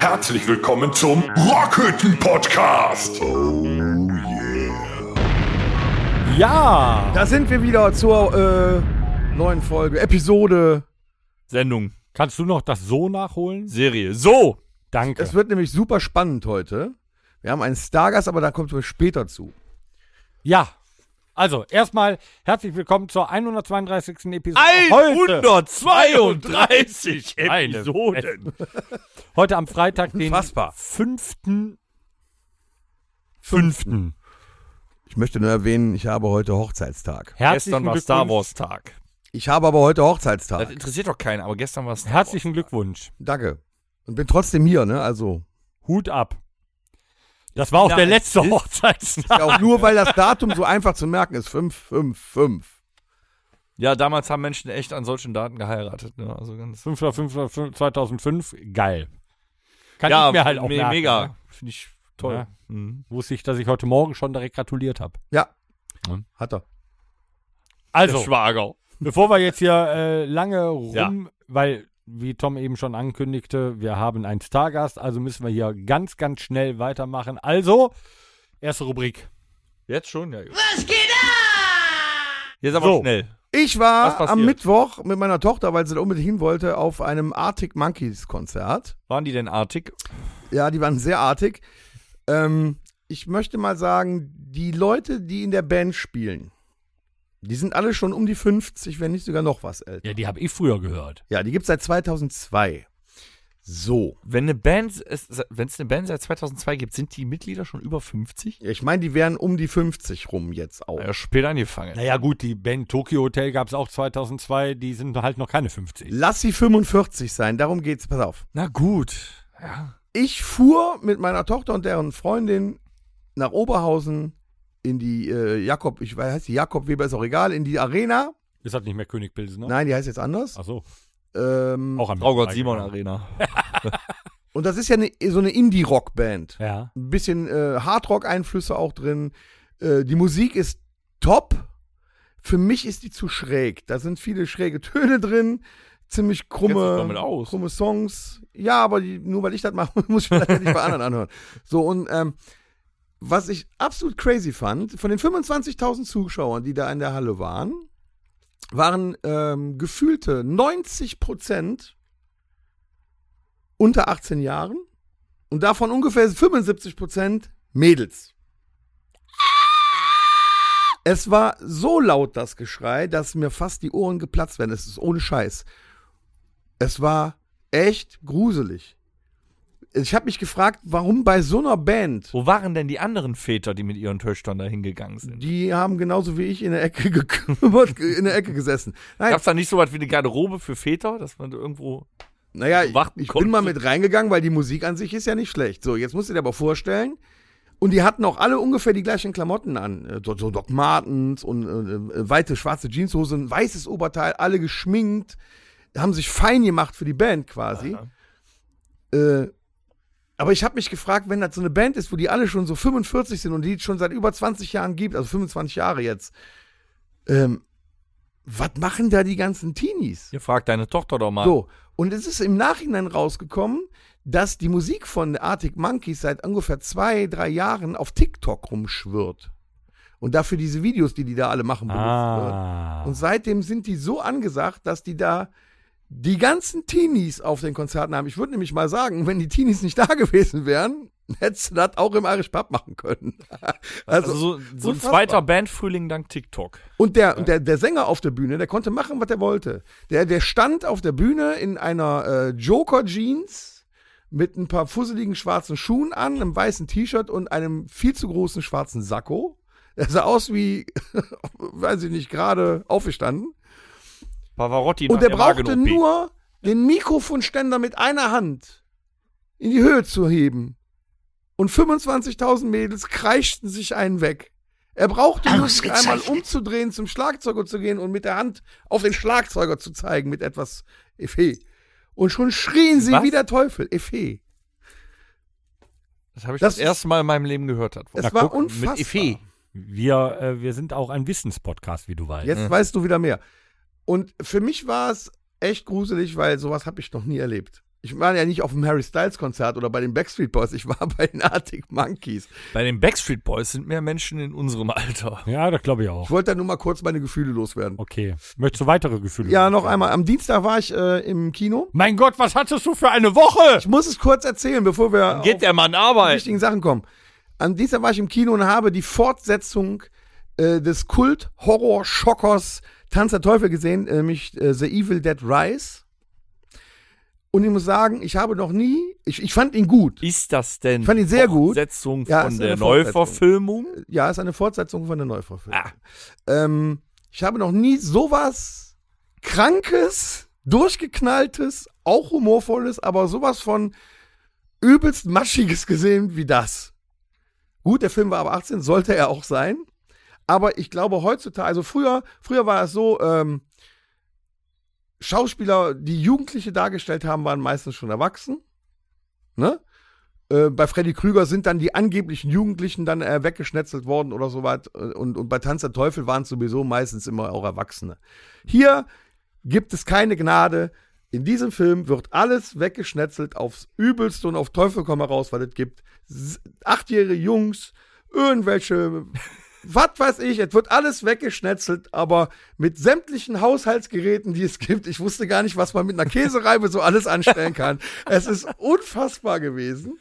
Herzlich willkommen zum Rockhütten Podcast. Ja! Da sind wir wieder zur äh, neuen Folge, Episode. Sendung, Kannst du noch das so nachholen? Serie. So! Danke. Es wird nämlich super spannend heute. Wir haben einen Stargast, aber da kommt wir später zu. ja. Also, erstmal herzlich willkommen zur 132. Episode. Heute, 132 Meine Episoden. heute am Freitag, den Unfassbar. 5. 5. Ich möchte nur erwähnen, ich habe heute Hochzeitstag. Gestern war Star Wars Tag. Ich habe aber heute Das Hochzeitstag. interessiert doch keinen, aber gestern war Star Herzlichen Glückwunsch. Danke. Und bin trotzdem hier, ne? Also. Hut ab. Das war auch wieder der ein letzte Sist. Hochzeitstag. Ja, auch nur, weil das Datum so einfach zu merken ist. 5, 5, 5. Wars. Ja, damals haben Menschen echt an solchen Daten geheiratet. Ne? Also ganz 5.5.2005. Geil. Kann ja, ich mir halt auch me merken, mega. ne? Finde ich toll. Ja. Mhm. Wusste ich, dass ich heute Morgen schon direkt gratuliert habe. Ja. Hm. Hat er. Also, Schwager. Bevor wir jetzt hier äh, lange rum, Ja. weil, wie Tom eben schon ankündigte, wir haben einen Stargast, also müssen wir hier ganz, ganz schnell weitermachen. Also, erste Rubrik. Jetzt schon, ja. Was geht ab? Jetzt aber So. schnell. Ich Was war passiert? am Mittwoch mit meiner Tochter, weil sie da unbedingt hin wollte, auf einem Arctic Monkeys Konzert. Waren die denn artig? Ja, die waren sehr artig. Ähm, ich möchte mal sagen, die Leute, die in der Band spielen, die sind alle schon um die 50, wenn nicht sogar noch was älter. Ja, die habe ich früher gehört. Ja, die gibt es seit 2002. So. Wenn eine Band, es wenn es eine Band seit 2002 gibt, sind die Mitglieder schon über 50? Ja, Ich meine, die wären um die 50 rum jetzt auch. Ja, spät angefangen. Naja, gut, die Band Tokyo Hotel gab es auch 2002, die sind halt noch keine 50. Lass sie 45 sein, darum geht's. Pass auf. Na gut. Ja. Ich fuhr mit meiner Tochter und deren Freundin nach Oberhausen in die äh, Jakob, ich weiß, heißt die Jakob Weber ist auch egal, in die Arena. Ist das nicht mehr König Pilsener? Nein, die heißt jetzt anders. Ah. Ach so, Ähm, auch am Traugott Simon Arena. Und das ist ja eine, so eine Indie-Rock-Band. Ja. Ein bisschen äh, Hardrock-Einflüsse auch drin. Äh, die Musik ist top. Für mich ist die zu schräg. Da sind viele schräge Töne drin, ziemlich Kennst dich krumme, damit aus. krumme Songs. Ja, aber die, nur weil ich das mache, muss ich vielleicht nicht bei anderen anhören. So, und ähm, was ich absolut crazy fand, von den 25.000 Zuschauern, die da in der Halle waren, waren ähm, gefühlte 90 Prozent unter 18 Jahren und davon ungefähr 75 Prozent Mädels. Es war so laut das Geschrei, dass mir fast die Ohren geplatzt werden. Es ist ohne Scheiß. Es war echt gruselig. Ich habe mich gefragt, warum bei so einer Band, Wo waren denn die anderen Väter, die mit ihren Töchtern da hingegangen sind? die haben genauso wie ich in der Ecke gekümmert, in der Ecke gesessen. Nein, Gab es da nicht so was wie eine Garderobe für Väter, dass man irgendwo. Naja, ich, Warten ich konnte. bin mal mit reingegangen, weil die Musik an sich ist ja nicht schlecht. So, jetzt musst du dir aber vorstellen, und die hatten auch alle ungefähr die gleichen Klamotten an. Äh, So, so Doc Martens und äh, äh, weite schwarze Jeanshose, ein weißes Oberteil, alle geschminkt, haben sich fein gemacht für die Band quasi. Äh, aber ich habe mich gefragt, wenn das so eine Band ist, wo die alle schon so 45 sind und die es schon seit über 20 Jahren gibt, also 25 Jahre jetzt, ähm, was machen da die ganzen Teenies? Ihr fragt deine Tochter doch mal. So, und es ist im Nachhinein rausgekommen, dass die Musik von Arctic Monkeys seit ungefähr zwei, drei Jahren auf TikTok rumschwirrt. Und dafür diese Videos, die die da alle machen, benutzt wird. Ah. Und seitdem sind die so angesagt, dass die da die ganzen Teenies auf den Konzerten haben. Ich würde nämlich mal sagen, wenn die Teenies nicht da gewesen wären, hättest du das auch im Irish Pub machen können. Also, so, so ein unfassbar. zweiter Bandfrühling dank TikTok. Und der, und der, der Sänger auf der Bühne, der konnte machen, was er wollte. Der, der stand auf der Bühne in einer äh, Joker-Jeans mit ein paar fusseligen schwarzen Schuhen an, einem weißen T-Shirt und einem viel zu großen schwarzen Sakko. Er sah aus wie, weiß ich nicht, gerade aufgestanden. Pavarotti Und nach der Magen-OP. brauchte nur den Mikrofonständer mit einer Hand in die Höhe zu heben. Und 25.000 Mädels kreischten sich einen weg. Er brauchte nur sich einmal umzudrehen, zum Schlagzeuger zu gehen und mit der Hand auf den Schlagzeuger zu zeigen mit etwas Effet. Und schon schrien sie Was? wie der Teufel, Effet. Das habe ich das, Das ist- erste Mal in meinem Leben gehört. E Es Das Wort. war guck, mit unfassbar. Effet. Wir, äh, wir sind auch ein Wissenspodcast, wie du weißt. Jetzt weißt du wieder mehr. Und für mich war es echt gruselig, weil sowas habe ich noch nie erlebt. Ich war ja nicht auf dem Harry Styles Konzert oder bei den Backstreet Boys, ich war bei den Arctic Monkeys. Bei den Backstreet Boys sind mehr Menschen in unserem Alter. Ja, das glaube ich Ich auch. wollte da nur mal kurz meine Gefühle loswerden. Okay. Möchtest du weitere Gefühle? Ja, noch einmal. Am Dienstag war ich äh, im Kino. Mein Gott, was hattest du für eine Woche? Ich muss es kurz erzählen, bevor wir auf- Geht der Mann die arbeiten? wichtigen Sachen kommen. Am Dienstag war ich im Kino und habe die Fortsetzung äh, des Kult-Horror-Schockers Tanz der Teufel gesehen, nämlich äh, The Evil Dead Rise. Und ich muss sagen, ich habe noch nie, ich, ich fand ihn gut. Ist das denn Ich fand ihn sehr gut. Fortsetzung Ja, von ist der eine Fortsetzung. Neuverfilmung? Ja, ist eine Fortsetzung von der Neuverfilmung. Ah. Ähm, ich habe noch nie sowas Krankes, Durchgeknalltes, auch Humorvolles, aber sowas von übelst Maschiges gesehen wie das. Gut, der Film war ab 18, sollte er auch sein. Aber ich glaube heutzutage, also früher, früher war es so, ähm, Schauspieler, die Jugendliche dargestellt haben, waren meistens schon erwachsen. Ne? Äh, bei Freddy Krüger sind dann die angeblichen Jugendlichen dann äh, weggeschnetzelt worden oder so weit. äh, Und, und bei Tanz der Teufel waren es sowieso meistens immer auch Erwachsene. Hier gibt es keine Gnade. In diesem Film wird alles weggeschnetzelt aufs Übelste und auf Teufel komm heraus, weil es gibt S- achtjährige Jungs, irgendwelche, was weiß ich, es wird alles weggeschnetzelt, aber mit sämtlichen Haushaltsgeräten, die es gibt. Ich wusste gar nicht, was man mit einer Käsereibe so alles anstellen kann. Es ist unfassbar gewesen.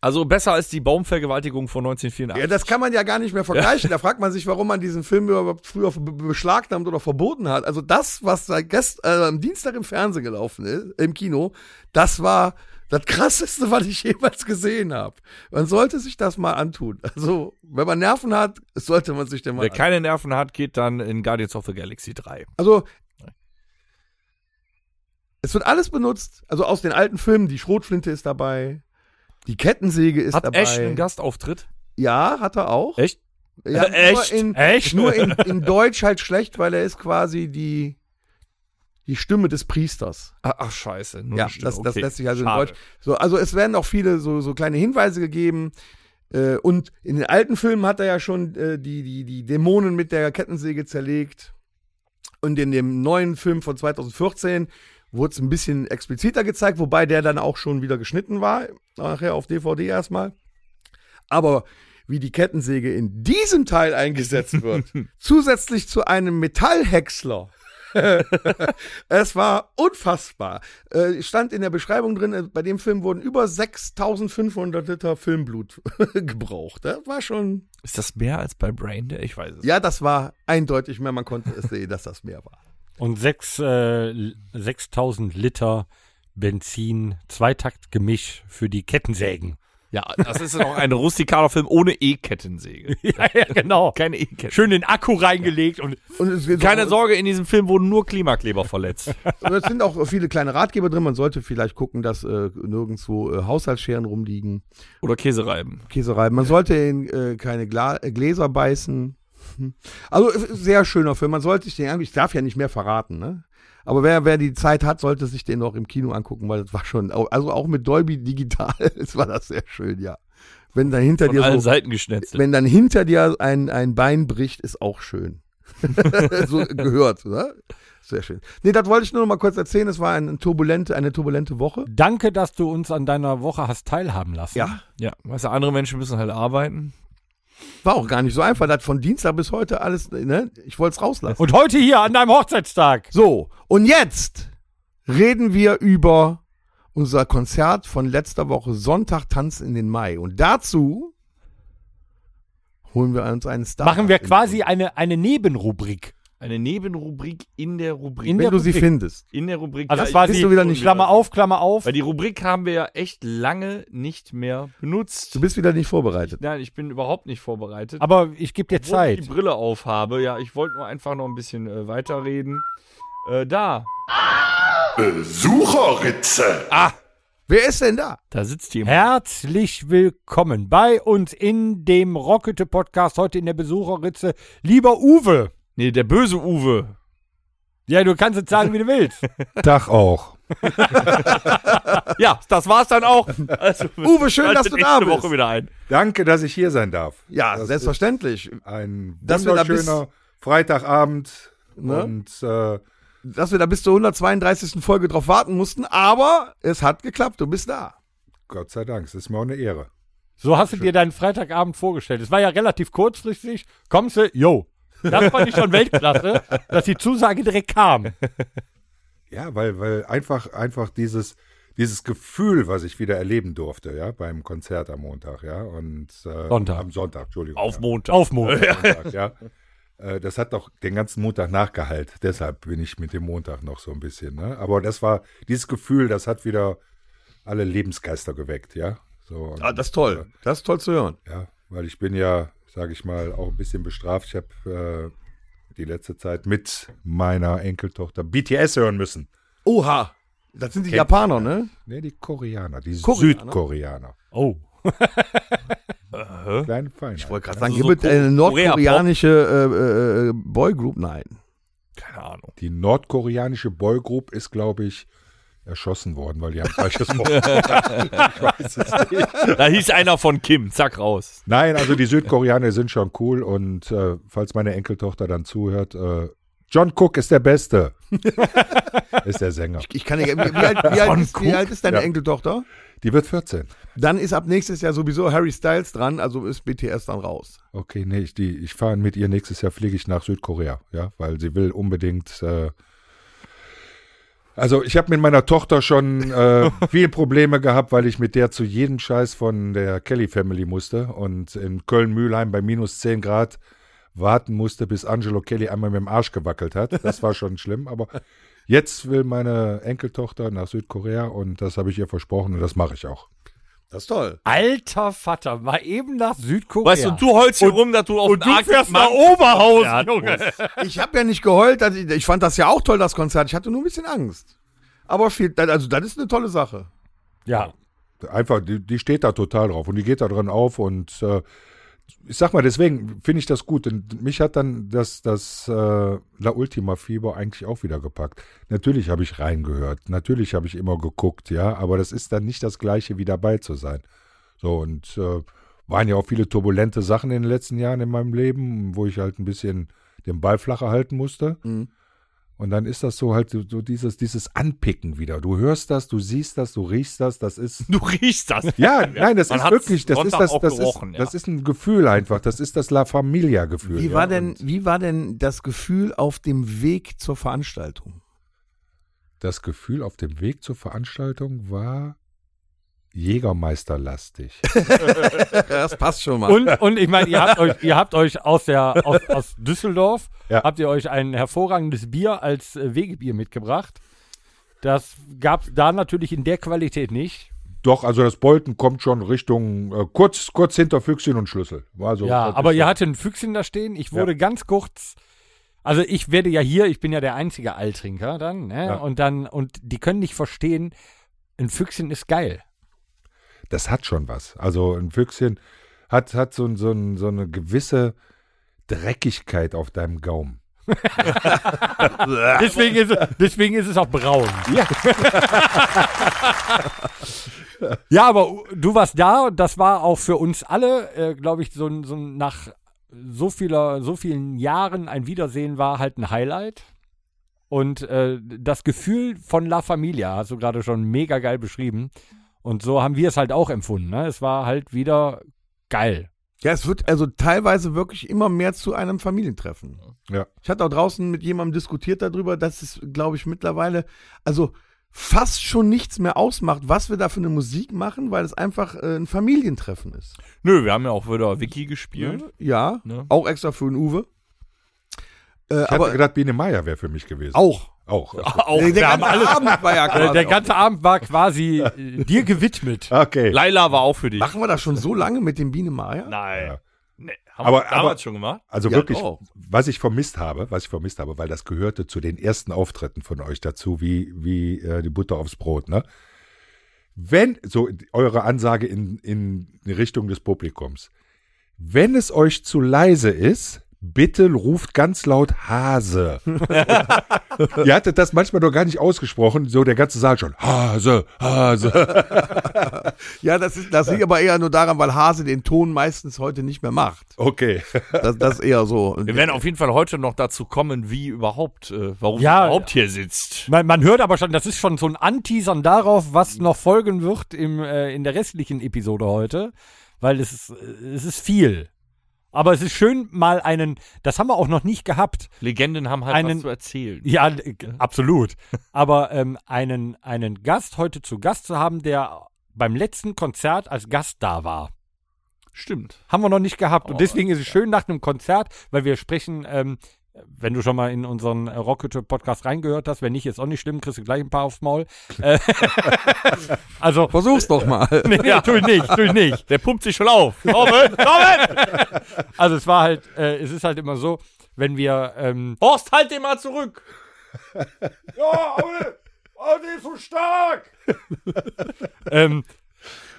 Also besser als die Baumvergewaltigung von Ja, 1984. das kann man ja gar nicht mehr vergleichen. Da fragt man sich, warum man diesen Film überhaupt früher be- beschlagnahmt oder verboten hat. Also das, was da gest äh, am Dienstag im Fernsehen gelaufen ist, im Kino, das war das krasseste, was ich jemals gesehen habe. Man sollte sich das mal antun. Also, wenn man Nerven hat, sollte man sich den mal Wer keine Nerven hat, geht dann in Guardians of the Galaxy 3. Also, es wird alles benutzt. Also aus den alten Filmen, die Schrotflinte ist dabei, die Kettensäge ist Hat dabei. Ash einen Gastauftritt? ja, hat er auch. Echt? Ja, Äh, nur echt? In, Echt? Nur in, in Deutsch halt schlecht, weil er ist quasi die, die Stimme des Priesters. Ach, Ah, ach scheiße. Nur ja, eine Stimme, das, das okay. lässt sich also Schade. in Deutsch. So, also es werden auch viele so, so kleine Hinweise gegeben. Äh, und in den alten Filmen hat er ja schon äh, die, die, die Dämonen mit der Kettensäge zerlegt. Und in dem neuen Film von 2014 wurde es ein bisschen expliziter gezeigt, wobei der dann auch schon wieder geschnitten war, nachher auf DVD erstmal. Aber wie die Kettensäge in diesem Teil eingesetzt wird, zusätzlich zu einem Metallhäcksler. es war unfassbar. Äh, stand in der Beschreibung drin, äh, bei dem Film wurden über 6500 Liter Filmblut gebraucht. Das war schon, Ist das mehr als bei Brain Dead? Ich weiß es. ja, das war eindeutig mehr. Man konnte es sehen, dass das mehr war. Und sechs, äh, L- 6000 Liter Benzin, Zweitaktgemisch für die Kettensägen. Ja, das ist noch ein rustikaler Film ohne E-Kettensäge. Ja, ja, genau. Keine E-Kettensäge. Schön den Akku reingelegt und Und es, wird- Keine Sorge, in diesem Film wurden nur Klimakleber verletzt. Und es sind auch viele kleine Ratgeber drin. Man sollte vielleicht gucken, dass äh, nirgendwo äh, Haushaltsscheren rumliegen, Oder Käsereiben. Käsereiben. Man sollte in äh, keine Gla äh, Gläser beißen. Hm. Also es ist ein sehr schöner Film. Man sollte sich den angucken. Ich darf ja nicht mehr verraten, ne? Aber wer, wer die Zeit hat, sollte sich den noch im Kino angucken, weil das war schon, au- also auch mit Dolby Digital, es war das sehr schön, ja. Wenn dann hinter Von allen dir so, Seiten geschnetzelt. wenn dann hinter dir ein, ein Bein bricht, ist auch schön. so gehört, oder? Sehr schön. Nee, das wollte ich nur noch mal kurz erzählen. Es war ein turbulente, eine turbulente Woche. danke, dass du uns an deiner Woche hast teilhaben lassen. Ja, Ja, weißt du, andere Menschen müssen halt arbeiten. war auch gar nicht so einfach. Das von Dienstag bis heute alles, ne? Ich wollte es rauslassen. Und heute hier an deinem Hochzeitstag. So, und jetzt reden wir über unser Konzert von letzter Woche Sonntag Tanz in den Mai. Und dazu holen wir uns einen Star. Machen wir quasi eine, eine Nebenrubrik. Eine Nebenrubrik in der Rubrik. In Wenn du sie Rubrik. findest. in der Rubrik. Also Ja, das ich- war bist die du wieder nicht- Klammer auf, Klammer auf. Weil die Rubrik haben wir ja echt lange nicht mehr benutzt. Du bist wieder nicht vorbereitet. Nein, ich bin überhaupt nicht vorbereitet. Aber ich gebe dir Obwohl ich die Zeit. Brille aufhabe. Ja, ich wollte nur einfach noch ein bisschen äh, weiterreden. Äh, da. Besucherritze. Wer ist denn da? Da sitzt jemand. Herzlich willkommen bei uns in dem Rockete Podcast heute in der Besucherritze. Lieber Uwe. Nee, der böse Uwe. Ja, du kannst es sagen, wie du willst. Tag auch. Ja, das war's dann auch. Also, Uwe, schön, dass schaltet du da nächste bist. Woche wieder ein. Danke, dass ich hier sein darf. Ja, das selbstverständlich. Ist ein Dass wir da bist. wunderschöner Freitagabend Ne? und äh, dass wir da bis zur 132. Folge drauf warten mussten, aber es hat geklappt, du bist da. Gott sei Dank, es ist mir auch eine Ehre. So hast du dir deinen Freitagabend vorgestellt. Es war ja relativ kurzfristig. Kommst du, yo. Das fand ich schon Weltklasse, dass die Zusage direkt kam. Ja, weil, weil einfach, einfach dieses, dieses Gefühl, was ich wieder erleben durfte, ja, beim Konzert am Montag, ja, und äh, Sonntag. am Sonntag, Entschuldigung. ja. Montag. Auf Mond. Montag, ja. Äh, Das hat doch den ganzen Montag nachgehalt. Deshalb bin ich mit dem Montag noch so ein bisschen. Ne? Aber das war dieses Gefühl, das hat wieder alle Lebensgeister geweckt, ja. So, und, Ah, das ist toll. Das ist toll zu hören. ja, weil ich bin ja, sage ich mal, auch ein bisschen bestraft. Ich habe äh, die letzte Zeit mit meiner Enkeltochter BTS hören müssen. Oha, das sind die Japaner, ne? Ne, die Koreaner, die Koreaner? Südkoreaner. Oh. Kleine Feinheit. Ich wollte gerade sagen, Also so gibt es eine Ko- Korea-Pop? nordkoreanische äh, äh, äh, Boygroup? Nein. Keine Ahnung. Die nordkoreanische Boygroup ist, glaube ich, erschossen worden, weil die haben falsches Wort. ich weiß es nicht. Da hieß einer von Kim. Zack, raus. Nein, also die Südkoreaner sind schon cool und äh, falls meine Enkeltochter dann zuhört, äh, John Cook ist der Beste. ist der Sänger. Ich kann nicht, wie, wie, alt, wie, alt ist, wie alt ist deine Ja. Enkeltochter? Die wird 14. Dann ist ab nächstes Jahr sowieso Harry Styles dran, also ist BTS dann raus. Okay, nee, ich, die, ich fahre mit ihr nächstes Jahr, fliege ich nach Südkorea, ja, weil sie will unbedingt. Äh, also ich habe mit meiner Tochter schon äh, viel Probleme gehabt, weil ich mit der zu jedem Scheiß von der Kelly Family musste und in Köln-Mühlheim bei minus 10 Grad warten musste, bis Angelo Kelly einmal mit dem Arsch gewackelt hat. Das war schon schlimm, aber jetzt will meine Enkeltochter nach Südkorea und das habe ich ihr versprochen und das mache ich auch. Das ist toll. Alter Vater, mal eben nach Südkorea. Weißt du, du holst hier rum, dass du auf und den du Arctic fährst nach Mountain- Oberhausen, Ja, Junge. Ah, Ich habe ja nicht geheult, also ich, ich fand das ja auch toll, das Konzert. Ich hatte nur ein bisschen Angst. Aber viel, also das ist eine tolle Sache. Ja. Einfach, die, die steht da total drauf und die geht da drin auf und äh, ich sag mal, deswegen finde ich das gut. Und mich hat dann das, das äh, La Ultima Fieber eigentlich auch wieder gepackt. Natürlich habe ich reingehört, natürlich habe ich immer geguckt, ja, aber das ist dann nicht das Gleiche, wie dabei zu sein. So und äh, waren ja auch viele turbulente Sachen in den letzten Jahren in meinem Leben, wo ich halt ein bisschen den Ball flacher halten musste. Und dann ist das so halt so, so dieses, dieses Anpicken wieder. Du hörst das, du siehst das, du riechst das, das ist Du riechst das. ja, nein, das Man ist hat's wirklich, das ist Sonntag das, auch das, gerochen, ist, ja. das ist ein Gefühl einfach. Das ist das La Familia-Gefühl. Wie ja. war, denn, Und wie war denn das Gefühl auf dem Weg zur Veranstaltung? das Gefühl auf dem Weg zur Veranstaltung war Jägermeisterlastig. Das passt schon mal. Und, und ich meine, ihr habt euch, ihr habt euch aus, der, aus, aus Düsseldorf, Ja. habt ihr euch ein hervorragendes Bier als äh, Wegebier mitgebracht. Das gab es da natürlich in der Qualität nicht. Doch, also das Bolten kommt schon Richtung äh, kurz, kurz hinter Füchsin und Schlüssel. War so ja, praktisch aber ihr so. hattet ein Füchschen da stehen. Ich wurde ganz kurz. Also ich werde ja hier, ich bin ja der einzige Altrinker dann, ne? Ja. Und dann, und die können nicht verstehen, ein Füchschen ist geil. das hat schon was. Also ein Füchsin hat, hat so, ein- so, ein- so eine gewisse Dreckigkeit auf deinem Gaumen. Deswegen ist, es- deswegen ist es auch braun. Ja. ja, aber du warst da und das war auch für uns alle, äh, glaube ich, so, ein- so ein- nach so vieler, so vielen Jahren ein Wiedersehen war halt ein Highlight. Und äh, das Gefühl von La Familia hast du gerade schon mega geil beschrieben. Und so haben wir es halt auch empfunden. Ne? Es war halt wieder geil. Ja, es wird also teilweise wirklich immer mehr zu einem Familientreffen. Ja. Ich hatte auch draußen mit jemandem diskutiert darüber, dass es, glaube ich, mittlerweile, also fast schon nichts mehr ausmacht, was wir da für eine Musik machen, weil es einfach äh, ein Familientreffen ist. Nö, wir haben ja auch wieder Wiki gespielt. Ja, Ne? auch extra für den Uwe. Äh, Ich hatte aber gedacht, Biene Meier wäre für mich gewesen. auch. Auch. Auch Der, der wir haben ganze alle. Abend war ja Äh, quasi der auch- ganze Abend war quasi äh, dir gewidmet. Okay. Laila war auch für dich. Machen wir das schon so lange mit dem Biene Maya? Nein. Ja. Nee, haben Aber- wir damals aber- schon gemacht? Also Ja, wirklich, doch. was ich vermisst habe, was ich vermisst habe, weil das gehörte zu den ersten Auftritten von euch dazu, wie, wie äh, die Butter aufs Brot, ne? Wenn, so eure Ansage in, in die Richtung des Publikums, wenn es euch zu leise ist, bitte ruft ganz laut Hase. Ihr hattet das manchmal doch gar nicht ausgesprochen, so der ganze Saal schon. Hase, Hase. Ja, das, ist, das liegt aber eher nur daran, weil Hase den Ton meistens heute nicht mehr macht. Okay. Das, das ist eher so. Wir werden auf jeden Fall heute noch dazu kommen, wie überhaupt, äh, warum Ja. du überhaupt hier sitzt. Man, man hört aber schon, das ist schon so ein Anteasern darauf, was noch folgen wird im, äh, in der restlichen Episode heute, weil es ist, äh, es ist viel. Aber es ist schön, mal einen, das haben wir auch noch nicht gehabt. Legenden haben halt Einen- was zu erzählen. Ja, äh, absolut. Aber ähm, einen, einen Gast heute zu Gast zu haben, der beim letzten Konzert als Gast da war. Stimmt. Haben wir noch nicht gehabt. Oh, Und deswegen ist es schön nach einem Konzert, weil wir sprechen, ähm, wenn du schon mal in unseren äh, Rocket-Podcast reingehört hast, wenn nicht, ist auch nicht schlimm, kriegst du gleich ein paar aufs Maul. Äh, also, Versuch's doch mal. nee, nee, tu ich nicht, tu ich nicht. Der pumpt sich schon auf. Torben, Torben! Also es war halt, äh, es ist halt immer so, wenn wir, ähm, Horst, halt den mal zurück. Ja, Aule! Aule ist so stark! ähm,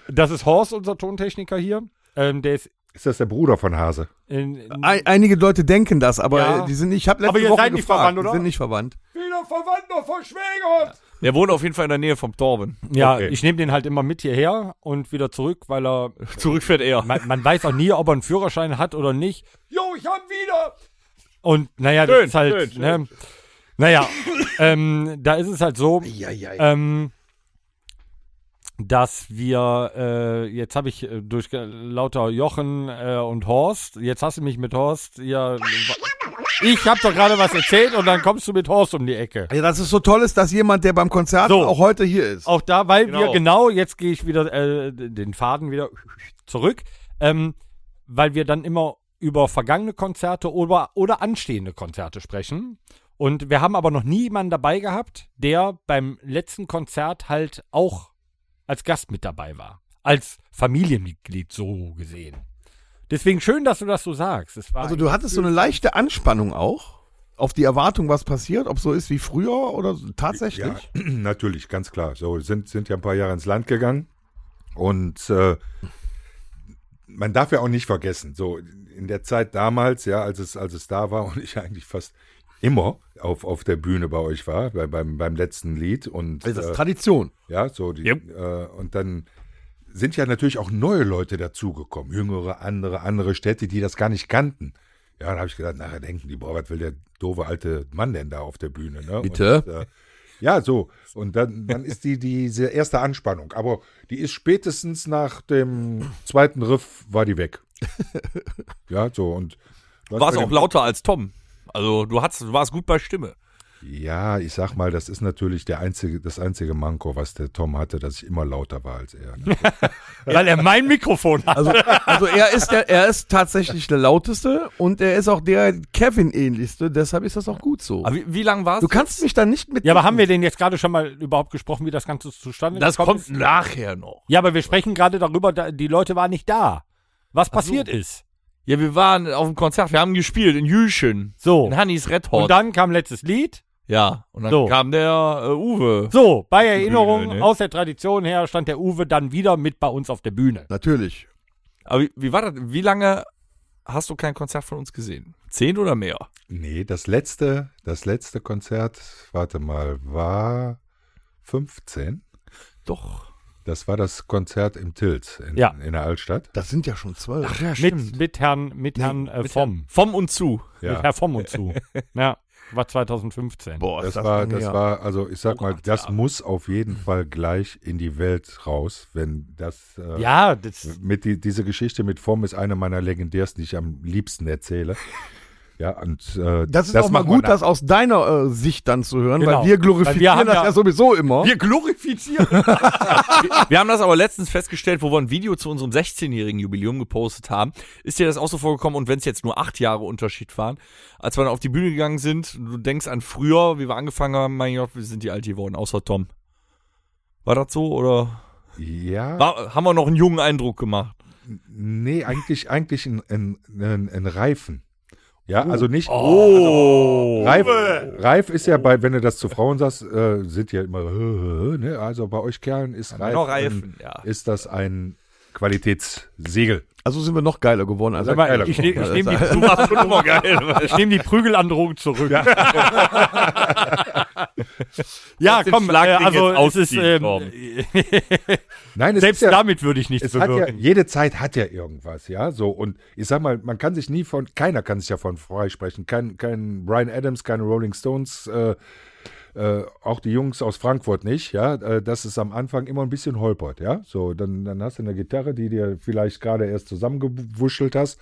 das ist Horst, unser Tontechniker hier, ähm, der ist Ist das der Bruder von Hase? in, in, Ein, einige Leute denken das, aber Ja. äh, die sind nicht. Ich habe letzte Aber ihr Woche seid nicht gefragt, verwandt, oder? Die sind nicht verwandt. Wieder Verwandter von Schwägern! Der wohnt auf jeden Fall in der Nähe vom Torben. ja, okay. ich nehme den halt immer mit hierher und wieder zurück, weil er, Zurückfährt er. man, man weiß auch nie, ob er einen Führerschein hat oder nicht. Jo, ich hab wieder! Und naja, das Schön, ist halt, schön, ne, naja, ähm, da ist es halt so, Ja, ja, ähm, dass wir, äh, jetzt habe ich äh, durch ge- lauter Jochen äh, und Horst, jetzt hast du mich mit Horst, ja, ich habe doch gerade was erzählt und dann kommst du mit Horst um die Ecke. Ja, dass es so toll ist, dass jemand, der beim Konzert So. Oh. war, auch heute hier ist. Auch da, weil wir Genau. genau, jetzt gehe ich wieder äh, den Faden wieder zurück, ähm, weil wir dann immer über vergangene Konzerte oder, oder anstehende Konzerte sprechen. Und wir haben aber noch niemanden dabei gehabt, der beim letzten Konzert halt auch als Gast mit dabei war. Als Familienmitglied so gesehen. Deswegen schön, dass du das so sagst. Es war Also du hattest so eine leichte Anspannung auch auf die Erwartung, was passiert, ob so ist wie früher oder so- tatsächlich. Ja, natürlich, ganz klar. So sind, sind ja ein paar Jahre ins Land gegangen und äh, man darf ja auch nicht vergessen, so in der Zeit damals, ja, als es, als es da war und ich eigentlich fast immer auf, auf der Bühne bei euch war, bei, beim, beim letzten Lied und Also Das ist äh, Tradition. ja, so die, Yep. äh, und dann sind ja natürlich auch neue Leute dazugekommen, jüngere, andere, andere Städte, die das gar nicht kannten. Ja, dann habe ich gedacht, nachher denken die, boah, was will der doofe alte Mann denn da auf der Bühne? Ne? Bitte? Und, äh, ja, so. Und dann, dann ist die diese erste Anspannung. Aber die ist spätestens nach dem zweiten Riff war die weg. ja, so. Und du hast War es bei Genau. auch dem- lauter als Tom. Also du, hast, du warst gut bei Stimme. Ja, ich sag mal, das ist natürlich der einzige, das einzige Manko, was der Tom hatte, dass ich immer lauter war als er. Ne? weil er mein Mikrofon hat. Also, also er ist der, er ist tatsächlich der lauteste und er ist auch der Kevin ähnlichste. Deshalb ist das auch gut so. Aber wie, wie lang warst Du kannst mich da nicht mit. Ja, aber haben wir den jetzt gerade schon mal überhaupt gesprochen, wie das Ganze zustande Das gekommen kommt nachher noch. Ja, aber wir sprechen gerade darüber, da, die Leute waren nicht da. Was passiert ist. Ja, wir waren auf dem Konzert, wir haben gespielt in Jüchen. So. In Hannis Red Hot. Und dann kam letztes Lied. ja, und dann So. kam der äh, Uwe. So, bei Erinnerung, Bühne, ne? aus der Tradition her, stand der Uwe dann wieder mit bei uns auf der Bühne. Natürlich. Aber wie, wie war das? Wie lange hast du kein Konzert von uns gesehen? Zehn oder mehr? Nee, das letzte, das letzte Konzert, warte mal, war 15. Doch. Das war das Konzert im Tilt in, Ja. in der Altstadt. Das sind ja schon zwölf. ja, Mit, mit Herrn, mit Herrn äh, Vom. Vom und zu. Ja. Mit Herr Vom und zu. ja, war 2015. Boah, Das, ist war, lang das her. war, also ich sag mal, Acht das Jahre. muss auf jeden Fall gleich in die Welt raus, wenn das. Äh, Ja, das, Mit die, diese Geschichte mit Form ist eine meiner legendärsten, die ich am liebsten erzähle. Ja, und äh, Das ist auch mal machen wir gut, nach. das aus deiner äh, Sicht dann zu hören, Genau. weil wir Weil glorifizieren wir haben das ja- ja, sowieso immer. wir glorifizieren. Wir haben das aber letztens festgestellt, wo wir ein Video zu unserem 16-jährigen Jubiläum gepostet haben. Ist dir das auch so vorgekommen? Und wenn es jetzt nur acht Jahre Unterschied waren, als wir dann auf die Bühne gegangen sind, du denkst an früher, wie wir angefangen haben, mein Gott, wir sind die alt geworden, außer Tom. War das so oder Ja. war, haben wir noch einen jungen Eindruck gemacht? Nee, eigentlich, eigentlich ein, ein, ein, ein Reifen. Oh. Ja, also nicht. Also, Reif, Reif ist ja bei, wenn du das zu Frauen sagst, äh, sind ja immer, äh, äh, ne? also bei euch Kerlen ist Reif, noch Reifen, ja. ist das ein Qualitätssiegel. Also sind wir noch geiler geworden. Also, Als Sag mal, ich nehm- ich nehm die- Du warst schon immer geil. Ich nehme die Prügelandrohung zurück. Ja, Trotzdem komm, äh, schlag den also jetzt es ist, ausziehen, Torben. ähm, Nein, es selbst ist ja, damit würde ich nichts es hat ja, bewirken. jede Zeit hat ja irgendwas, ja, so. Und ich sag mal, man kann sich nie von, keiner kann sich davon freisprechen. Kein, kein Brian Adams, keine Rolling Stones, äh, äh, auch die Jungs aus Frankfurt nicht, ja, äh, dass es am Anfang immer ein bisschen holpert, ja. So, dann, dann hast du eine Gitarre, die dir vielleicht gerade erst zusammengewuschelt hast.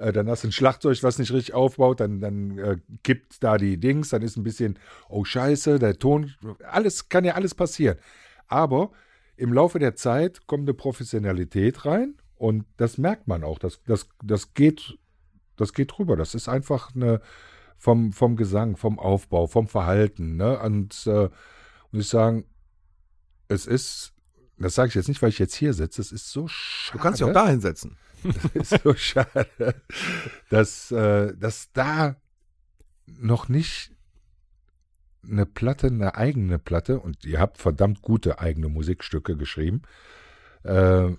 Äh, Dann hast du ein Schlagzeug, was nicht richtig aufbaut, dann, dann äh, kippt da die Dings, dann ist ein bisschen, oh Scheiße, der Ton, alles, kann ja alles passieren. Aber im Laufe der Zeit kommt eine Professionalität rein und das merkt man auch. Das, das, das, geht, das geht rüber. Das ist einfach eine vom, vom Gesang, vom Aufbau, vom Verhalten. Ne? Und äh, muss ich sagen, es ist, das sage ich jetzt nicht, weil ich jetzt hier sitze, es ist so schade. Du kannst dich auch da hinsetzen. ist so schade, dass, äh, dass da noch nicht eine Platte, eine eigene Platte, und ihr habt verdammt gute eigene Musikstücke geschrieben, äh,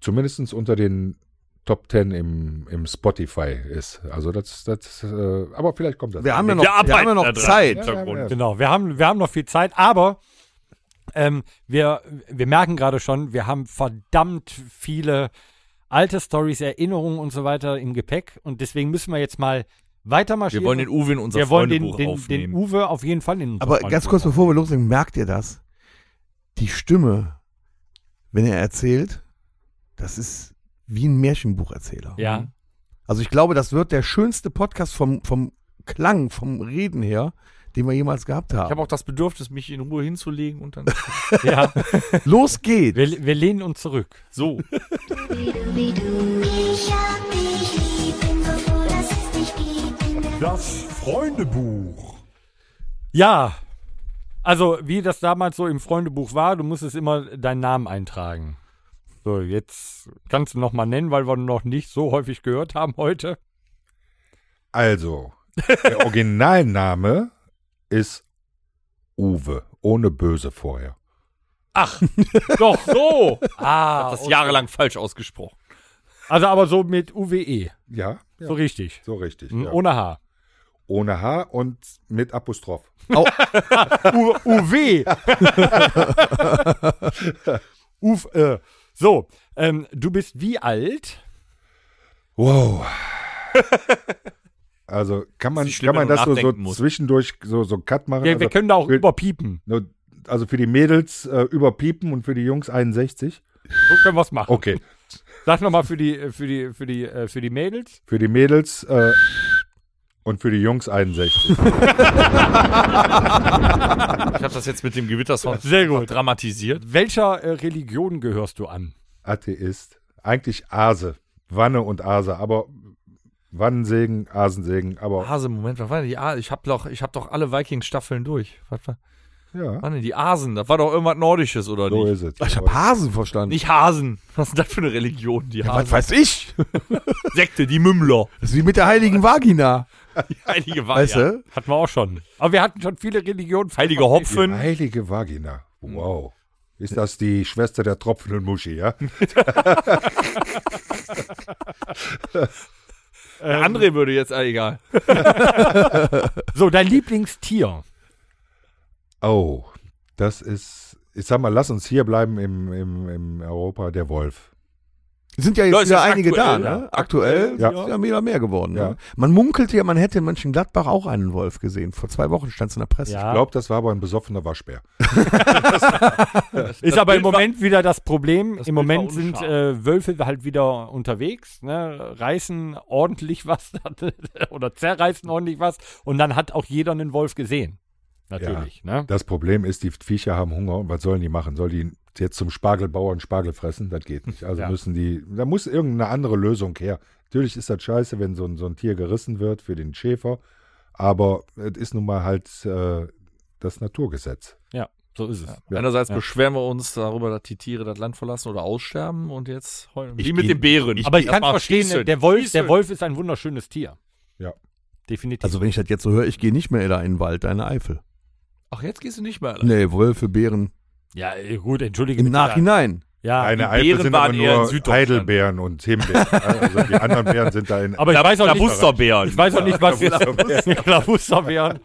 zumindest unter den Top Ten im, im Spotify ist. Also das, das äh, aber vielleicht kommt das. Wir haben ja noch, wir haben ja noch Zeit. Ja, Genau, wir haben, wir haben noch viel Zeit, aber ähm, wir, wir merken gerade schon, wir haben verdammt viele alte Stories, Erinnerungen und so weiter im Gepäck und deswegen müssen wir jetzt mal weiter Wir marschieren. wollen den Uwe in unser wir wollen den, Freundebuch den, den aufnehmen. Uwe auf jeden Fall in unser Aber ganz Freundebuch kurz, bevor wir loslegen, merkt ihr das? Die Stimme, wenn er erzählt, das ist wie ein Märchenbucherzähler. Ja. Also ich glaube, das wird der schönste Podcast vom, vom Klang, vom Reden her, den wir jemals gehabt ich habe haben. auch das Bedürfnis, mich in Ruhe hinzulegen und dann Ja, Los geht's! wir, wir lehnen uns zurück. so. Ich hab dich lieb, bin so froh, dass es dich gibt. In der Das Freundebuch. Ja, also wie das damals so im Freundebuch war, du musstest immer deinen Namen eintragen. So, jetzt kannst du nochmal nennen, weil wir noch nicht so häufig gehört haben heute. Also, der Originalname ist Uwe, ohne Böse vorher. Ach, doch so. Ah, Das jahrelang falsch ausgesprochen. also aber so mit UWE, Ja, so richtig. so richtig. Hm, ja. Ohne H. Ohne H und mit Apostroph. U UW. Uf, äh. So, ähm, du bist wie alt? Wow. Also kann man, Ist nicht schlimm, kann man wenn du das so, so nachdenken musst. zwischendurch so, so einen Cut machen? Wir, also, wir können da auch wir- überpiepen. nur, also für die Mädels äh, überpiepen und für die Jungs 61. So können wir es machen. Okay. Sag nochmal für die, für die, für die, äh, für die Mädels. Für die Mädels äh, und für die Jungs 61. Ich habe das jetzt mit dem Gewittersound Sehr gut. dramatisiert. Welcher äh, Religion gehörst du an? Atheist. Eigentlich Ase. Wanne und Ase. Aber Wannensegen, Asensägen. Aber Hase, Moment, was war denn die Asen? Ich habe doch, ich hab doch alle Vikings-Staffeln durch. Was war, ja, waren denn die Asen? Das war doch irgendwas Nordisches, oder so nicht? ist es. Ich habe Hasen verstanden. Nicht Hasen. Was ist denn das für eine Religion, die Was Hasen? weiß ich? Sekte, die Mümmler. Das ist wie mit der heiligen Vagina. Die heilige Weihe. Weißt du? Hatten wir auch schon. Aber wir hatten schon viele Religionen. Heilige Die Hopfen. heilige Vagina. Hm. Wow. Ist das die Schwester der tropfenden Muschi, ja? Der André würde jetzt, ah, egal. So, dein Lieblingstier. Oh, das ist. Ich sag mal, lass uns hier bleiben im, im, im Europa der Wolf. Sind ja jetzt Leute, wieder ist einige aktuell, da, ja. ne? Aktuell Ja. ja. ist ja wieder mehr geworden. Ja. Ne? Man munkelte ja, man hätte in Mönchengladbach auch einen Wolf gesehen. Vor zwei Wochen stand es in der Presse. Ich glaube, das war aber ein besoffener Waschbär. Ist Das aber im Bild war- Moment wieder das Problem. Das Im Bild war Moment sind unscharf. äh, Wölfe halt wieder unterwegs, ne? reißen ordentlich was oder zerreißen ordentlich was. Und dann hat auch jeder einen Wolf gesehen. Natürlich. Ne? Das Problem ist, die Viecher haben Hunger und was sollen die machen? Sollen die jetzt zum Spargelbauern Spargel fressen? Das geht nicht. Also Ja. müssen die, da muss irgendeine andere Lösung her. Natürlich ist das scheiße, wenn so ein, so ein Tier gerissen wird für den Schäfer, aber es ist nun mal halt äh, das Naturgesetz. Ja, so ist es. Einerseits Ja. beschweren wir uns darüber, dass die Tiere das Land verlassen oder aussterben und jetzt heulen. wir. Ich Wie mit geh- den Bären. Aber ich kann Erstmal verstehen, schießen. der Wolf, Schießen. der Wolf ist ein wunderschönes Tier. Ja. Definitiv. Also wenn ich das jetzt so höre, ich gehe nicht mehr da in den Wald, deine Eifel. Ach, jetzt gehst du nicht mehr. Alter. Nee, Wölfe, Bären. ja, äh, gut, entschuldige Im bitte. Nachhinein. Ja, Eine die Eifel Beeren sind aber waren eher in nur Süddeutschland. Heidelbeeren und Himbeeren. also die anderen Beeren sind da in. aber ich weiß auch nicht, Labusterbär. ich weiß auch nicht, was Klabusterbeeren.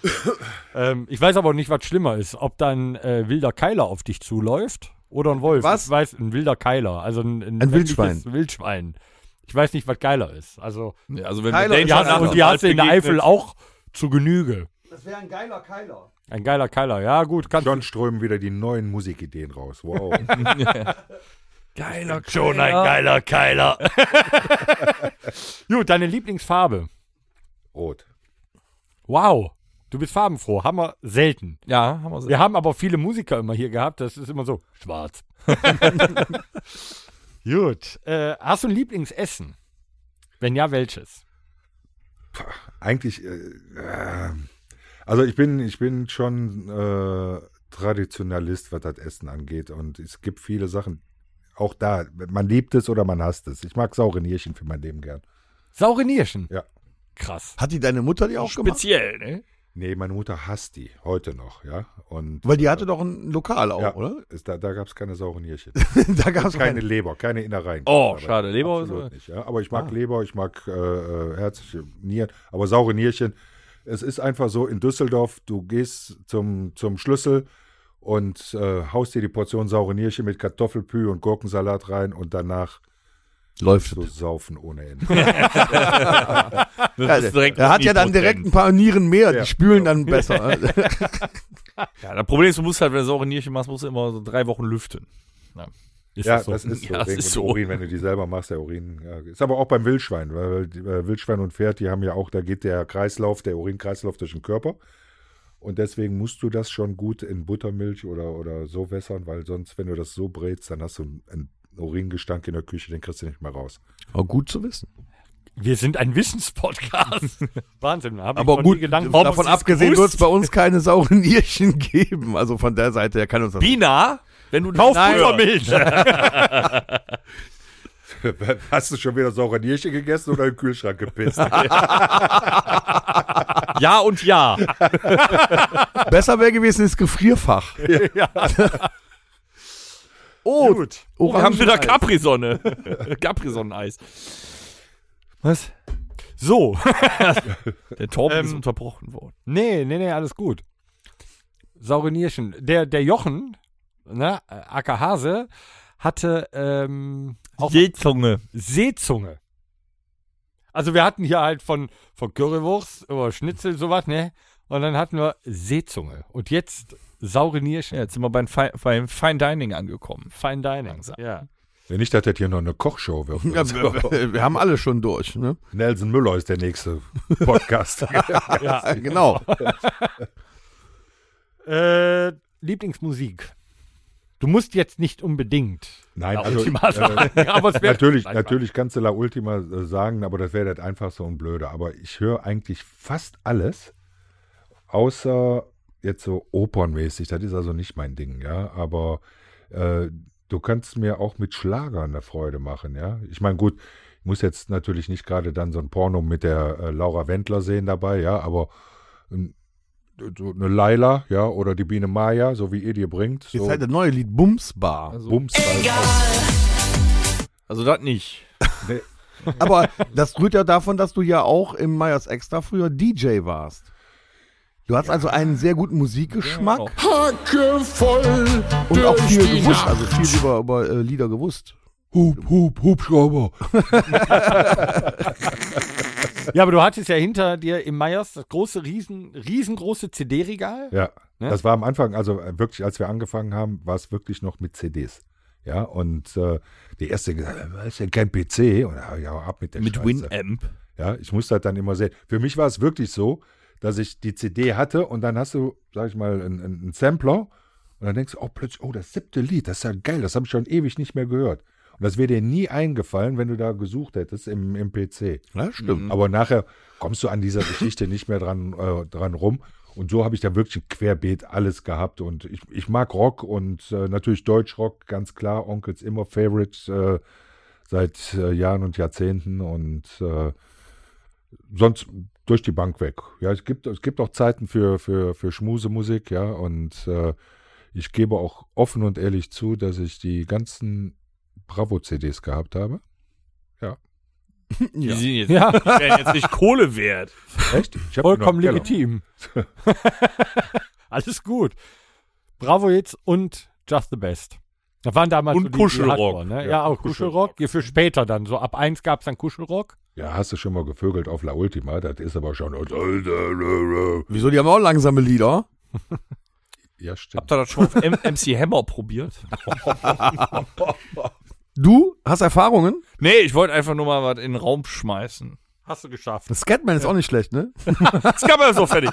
ähm, ich weiß aber auch nicht, was schlimmer ist, ob dann äh, wilder Keiler auf dich zuläuft oder ein Wolf. Was? Ich weiß, ein wilder Keiler, also ein, Ein Wildschwein. männliches Wildschwein. Ich weiß nicht, was geiler ist. Also Ja, Also wenn Tyler wir ist ja, Ja, nach- und die hast du in der Eifel auch zu Genüge. Das wäre ein geiler Keiler. Ein geiler Keiler. Ja gut, kannst John strömen wieder die neuen Musikideen raus. Wow. Geiler Schon ein geiler Keiler. Gut, deine Lieblingsfarbe. Rot. Wow. Du bist farbenfroh. Haben wir selten. Ja, haben wir so. Wir haben aber viele Musiker immer hier gehabt. Das ist immer so schwarz. Gut. Äh, hast du ein Lieblingsessen? Wenn ja, welches? Eigentlich, äh, äh, also ich bin, ich bin schon äh, Traditionalist, was das Essen angeht. Und es gibt viele Sachen, auch da, man liebt es oder man hasst es. Ich mag saure Nierchen für mein Leben gern. Saure Nierchen. Ja. Krass. Hat die deine Mutter die auch gemacht? Speziell, ne? Nee, meine Mutter hasst die, heute noch, ja. Und Weil die hatte doch ein Lokal auch, ja, oder? Ist, da, da gab es keine sauren Nierchen. da gab es keine Leber, keine Innereien. Oh, Aber schade. Leber ist- absolut nicht, ja. Aber ich mag Leber, ich mag äh, äh, herzliche Nieren, aber saure Nierchen. Es ist einfach so, in Düsseldorf, du gehst zum, zum Schlüssel und äh, haust dir die Portion saure Nierchen mit Kartoffelpü und Gurkensalat rein und danach Läuft. so saufen ohne Ende. Ja, der, er hat ja dann direkt ein paar Nieren mehr, Ja. die spülen dann besser. Ja, das Problem ist, du musst halt, wenn du saure Nierchen machst, musst du immer so drei Wochen lüften. Ist ja, das so? das ist so. Ja, das Wegen ist dem so. Urin, wenn du die selber machst, der Urin. Ja, ist aber auch beim Wildschwein, weil die, äh, Wildschwein und Pferd, die haben ja auch, da geht der Kreislauf, der Urinkreislauf durch den Körper. Und deswegen musst du das schon gut in Buttermilch oder, oder so wässern, weil sonst, wenn du das so brätst, dann hast du einen, einen Uringestank in der Küche, den kriegst du nicht mehr raus. Aber gut zu wissen. Wir sind ein Wissenspodcast. Wahnsinn. hab ich Aber noch nie gut, Gedanken davon Sie es abgesehen wird es gewusst? bei uns keine sauren Nierchen geben. Also von der Seite her kann uns das. Bina, wenn du Kauf Nein. Buttermilch. Hast du schon wieder saure Nierchen gegessen oder im Kühlschrank gepisst? Ja und ja. Besser wäre gewesen, das Gefrierfach. oh, Gut. Oh, wir haben wieder Orangeneis. Capri-Sonne. Capri-Sonneneis. Was? So. Der Torben Ähm. ist unterbrochen worden. Nee, nee, nee, alles gut. Saure Nierchen. Der, der Jochen, ne, äh, Acker Hase, hatte ähm, auch Seezunge. Seezunge. Also wir hatten hier halt von, von Currywurst über Schnitzel, sowas, ne? Und dann hatten wir Seezunge. Und jetzt saure Nierchen. Ja, jetzt sind wir beim, Fi beim Fine Dining angekommen. Fine Dining. Langsam. Ja. Wenn nicht, dass das hier noch eine Kochshow wird. Ja, genau. wir, wir haben alle schon durch. Ne? Nelson Müller ist der nächste Podcast. Ja, genau. Äh, Lieblingsmusik. Du musst jetzt nicht unbedingt. Nein, La also, Ultima sagen, aber es wär- Natürlich, Nein, natürlich kannst du La Ultima äh, sagen, aber das wäre das einfachste und blöde. Aber ich höre eigentlich fast alles, außer jetzt so opernmäßig. Das ist also nicht mein Ding, ja. Aber äh, du kannst mir auch mit Schlagern eine Freude machen, ja. Ich meine, gut, ich muss jetzt natürlich nicht gerade dann so ein Porno mit der äh, Laura Wendler sehen dabei, ja, aber ähm, so eine Laila, ja, oder die Biene Maya, so wie ihr die bringt. Jetzt so halt das neue Lied Bumsbar. Bums. Also das nicht. Aber das rührt ja davon, dass du ja auch im Meyers Extra früher DJ warst. Du hast also einen sehr guten Musikgeschmack Ja, Hacke voll und auch durch viel die gewusst, Nacht. also viel über, über äh, Lieder gewusst. Hup, Hup, Hubschrauber. Ja, aber du hattest ja hinter dir im Meyers das große, riesen, riesengroße CD-Regal. Ja, Ne? das war am Anfang, also äh, wirklich, als wir angefangen haben, war es wirklich noch mit CDs. Ja, und äh, die erste gesagt, äh, was ist denn kein PC? Und äh, ja, ab mit der Mit Scheiße. Winamp. Ja, ich musste halt dann immer sehen. Für mich war es wirklich so, dass ich die CD hatte und dann hast du, sag ich mal, einen, einen einen Sampler und dann denkst du, oh, plötzlich, oh, das siebte Lied, das ist ja geil, das habe ich schon ewig nicht mehr gehört. Und das wäre dir nie eingefallen, wenn du da gesucht hättest im, im PC. Ja, stimmt. Aber nachher kommst du an dieser Geschichte nicht mehr dran, äh, dran rum. Und so habe ich da wirklich ein querbeet alles gehabt. Und ich, ich mag Rock und äh, natürlich Deutschrock, ganz klar. Onkels immer Favorite äh, seit äh, Jahren und Jahrzehnten. Und äh, sonst durch die Bank weg. Ja, es gibt, es gibt auch Zeiten für, für, für Schmusemusik, ja. Und äh, ich gebe auch offen und ehrlich zu, dass ich die ganzen Bravo-CDs gehabt habe. Die, Ja. sind jetzt, Ja. genau. die wären jetzt nicht Kohle wert. Echt? Ich hab genau. Vollkommen noch- legitim. Alles gut. Bravo jetzt und Just the Best. Das waren damals Und so die, Kuschelrock. Die Hardcore, ne? ja, Ja, auch Kuschelrock. Hier für später dann. So ab 1 gab es dann Kuschelrock. Genau. Ja, hast du schon mal gevögelt auf La Ultima? Das ist aber schon. Wieso? Die haben auch langsame Lieder. Ja, Habt stimmt. ihr das schon auf M MC Hammer probiert? Du hast Erfahrungen? Nee, ich wollte einfach nur mal was in den Raum schmeißen. Hast du geschafft. Das Scatman ist auch nicht schlecht, ne? Das kann man ja so fertig.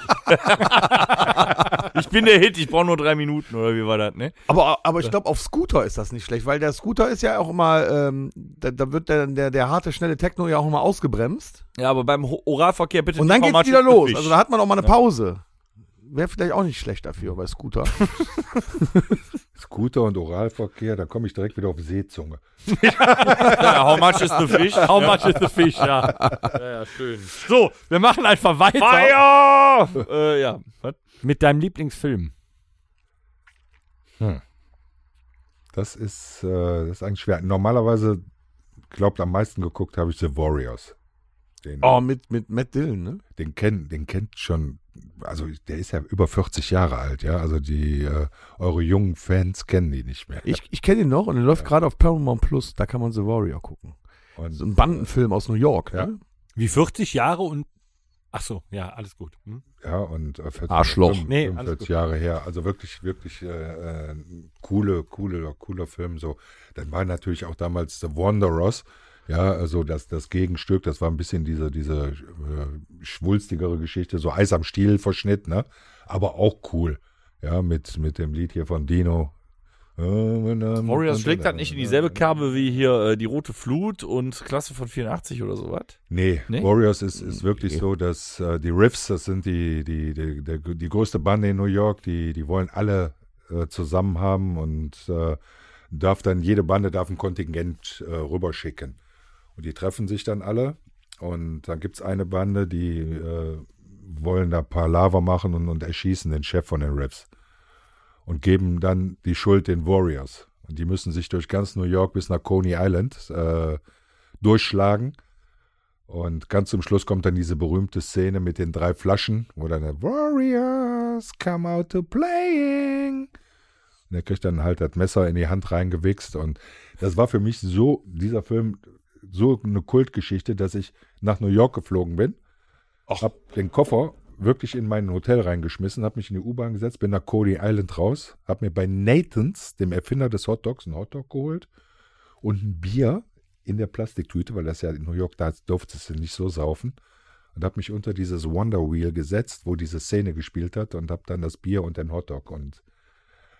ich bin der Hit, ich brauche nur drei Minuten, oder wie war das, ne? Aber, aber ich glaube, auf Scooter ist das nicht schlecht, weil der Scooter ist ja auch immer, ähm, da, da wird der, der, der harte, schnelle Techno ja auch immer ausgebremst. Ja, aber beim Ho- Oralverkehr bitte Und nicht dann geht's dramatisch wieder los. üppig. Also da hat man auch mal eine Pause. Wäre vielleicht auch nicht schlecht dafür bei Scooter. Scooter und Oralverkehr, dann komme ich direkt wieder auf Seezunge. ja, how much is the fish? How much is the fish, ja. ja, ja, schön. So, wir machen einfach weiter Fire! äh, Hm, ja. Was? mit deinem Lieblingsfilm. Das ist, äh, das ist eigentlich schwer. Normalerweise, glaubt am meisten geguckt habe ich The Warriors. Den, Oh, mit, mit Matt Dillon, ne? den kennt, den kennt schon, also der ist ja über 40 Jahre alt, ja. Also die äh, eure jungen Fans kennen die nicht mehr. Ich, ich kenne ihn noch und er läuft gerade auf Paramount Plus. Da kann man The Warrior gucken. Und So ein Bandenfilm aus New York, Ja. ne? Wie 40 Jahre und. Ach so, ja, alles gut. Hm? Ja, und äh, 40, Arschloch. fünf- Nee, alles 45 gut. Jahre her. Also wirklich, wirklich äh, äh, coole, coole, cooler Film. So, dann war natürlich auch damals The Wanderers. Ja, also das, das Gegenstück, das war ein bisschen diese, diese äh, schwulstigere Geschichte, so Eis am Stiel verschnitt, ne? Aber auch cool. Ja, mit, mit dem Lied hier von Dino. Äh, Warriors Warriors schlägt das nicht in dieselbe Kerbe wie hier äh, die Rote Flut und Klasse von 84 oder sowas? Nee, Nee? Warriors ist, ist wirklich so, dass äh, die Riffs, das sind die, die, die, der- die größte Bande in New York, die, die wollen alle äh, zusammen haben und äh, darf dann, jede Bande darf ein Kontingent äh, rüberschicken. Und die treffen sich dann alle und dann gibt es eine Bande, die äh, wollen da ein paar Lava machen und, und erschießen den Chef von den Riffs und geben dann die Schuld den Warriors. Und die müssen sich durch ganz New York bis nach Coney Island äh, durchschlagen. Und ganz zum Schluss kommt dann diese berühmte Szene mit den drei Flaschen, wo dann der Warriors come out to playing. Und er kriegt dann halt das Messer in die Hand reingewichst. Und das war für mich so, dieser Film, so eine Kultgeschichte, dass ich nach New York geflogen bin, hab den Koffer wirklich in mein Hotel reingeschmissen, hab mich in die U-Bahn gesetzt, bin nach Cody Island raus, hab mir bei Nathans, dem Erfinder des Hotdogs, einen Hotdog geholt und ein Bier in der Plastiktüte, weil das ja in New York, da durftest du nicht so saufen. Und habe mich unter dieses Wonder Wheel gesetzt, wo diese Szene gespielt hat und habe dann das Bier und den Hotdog und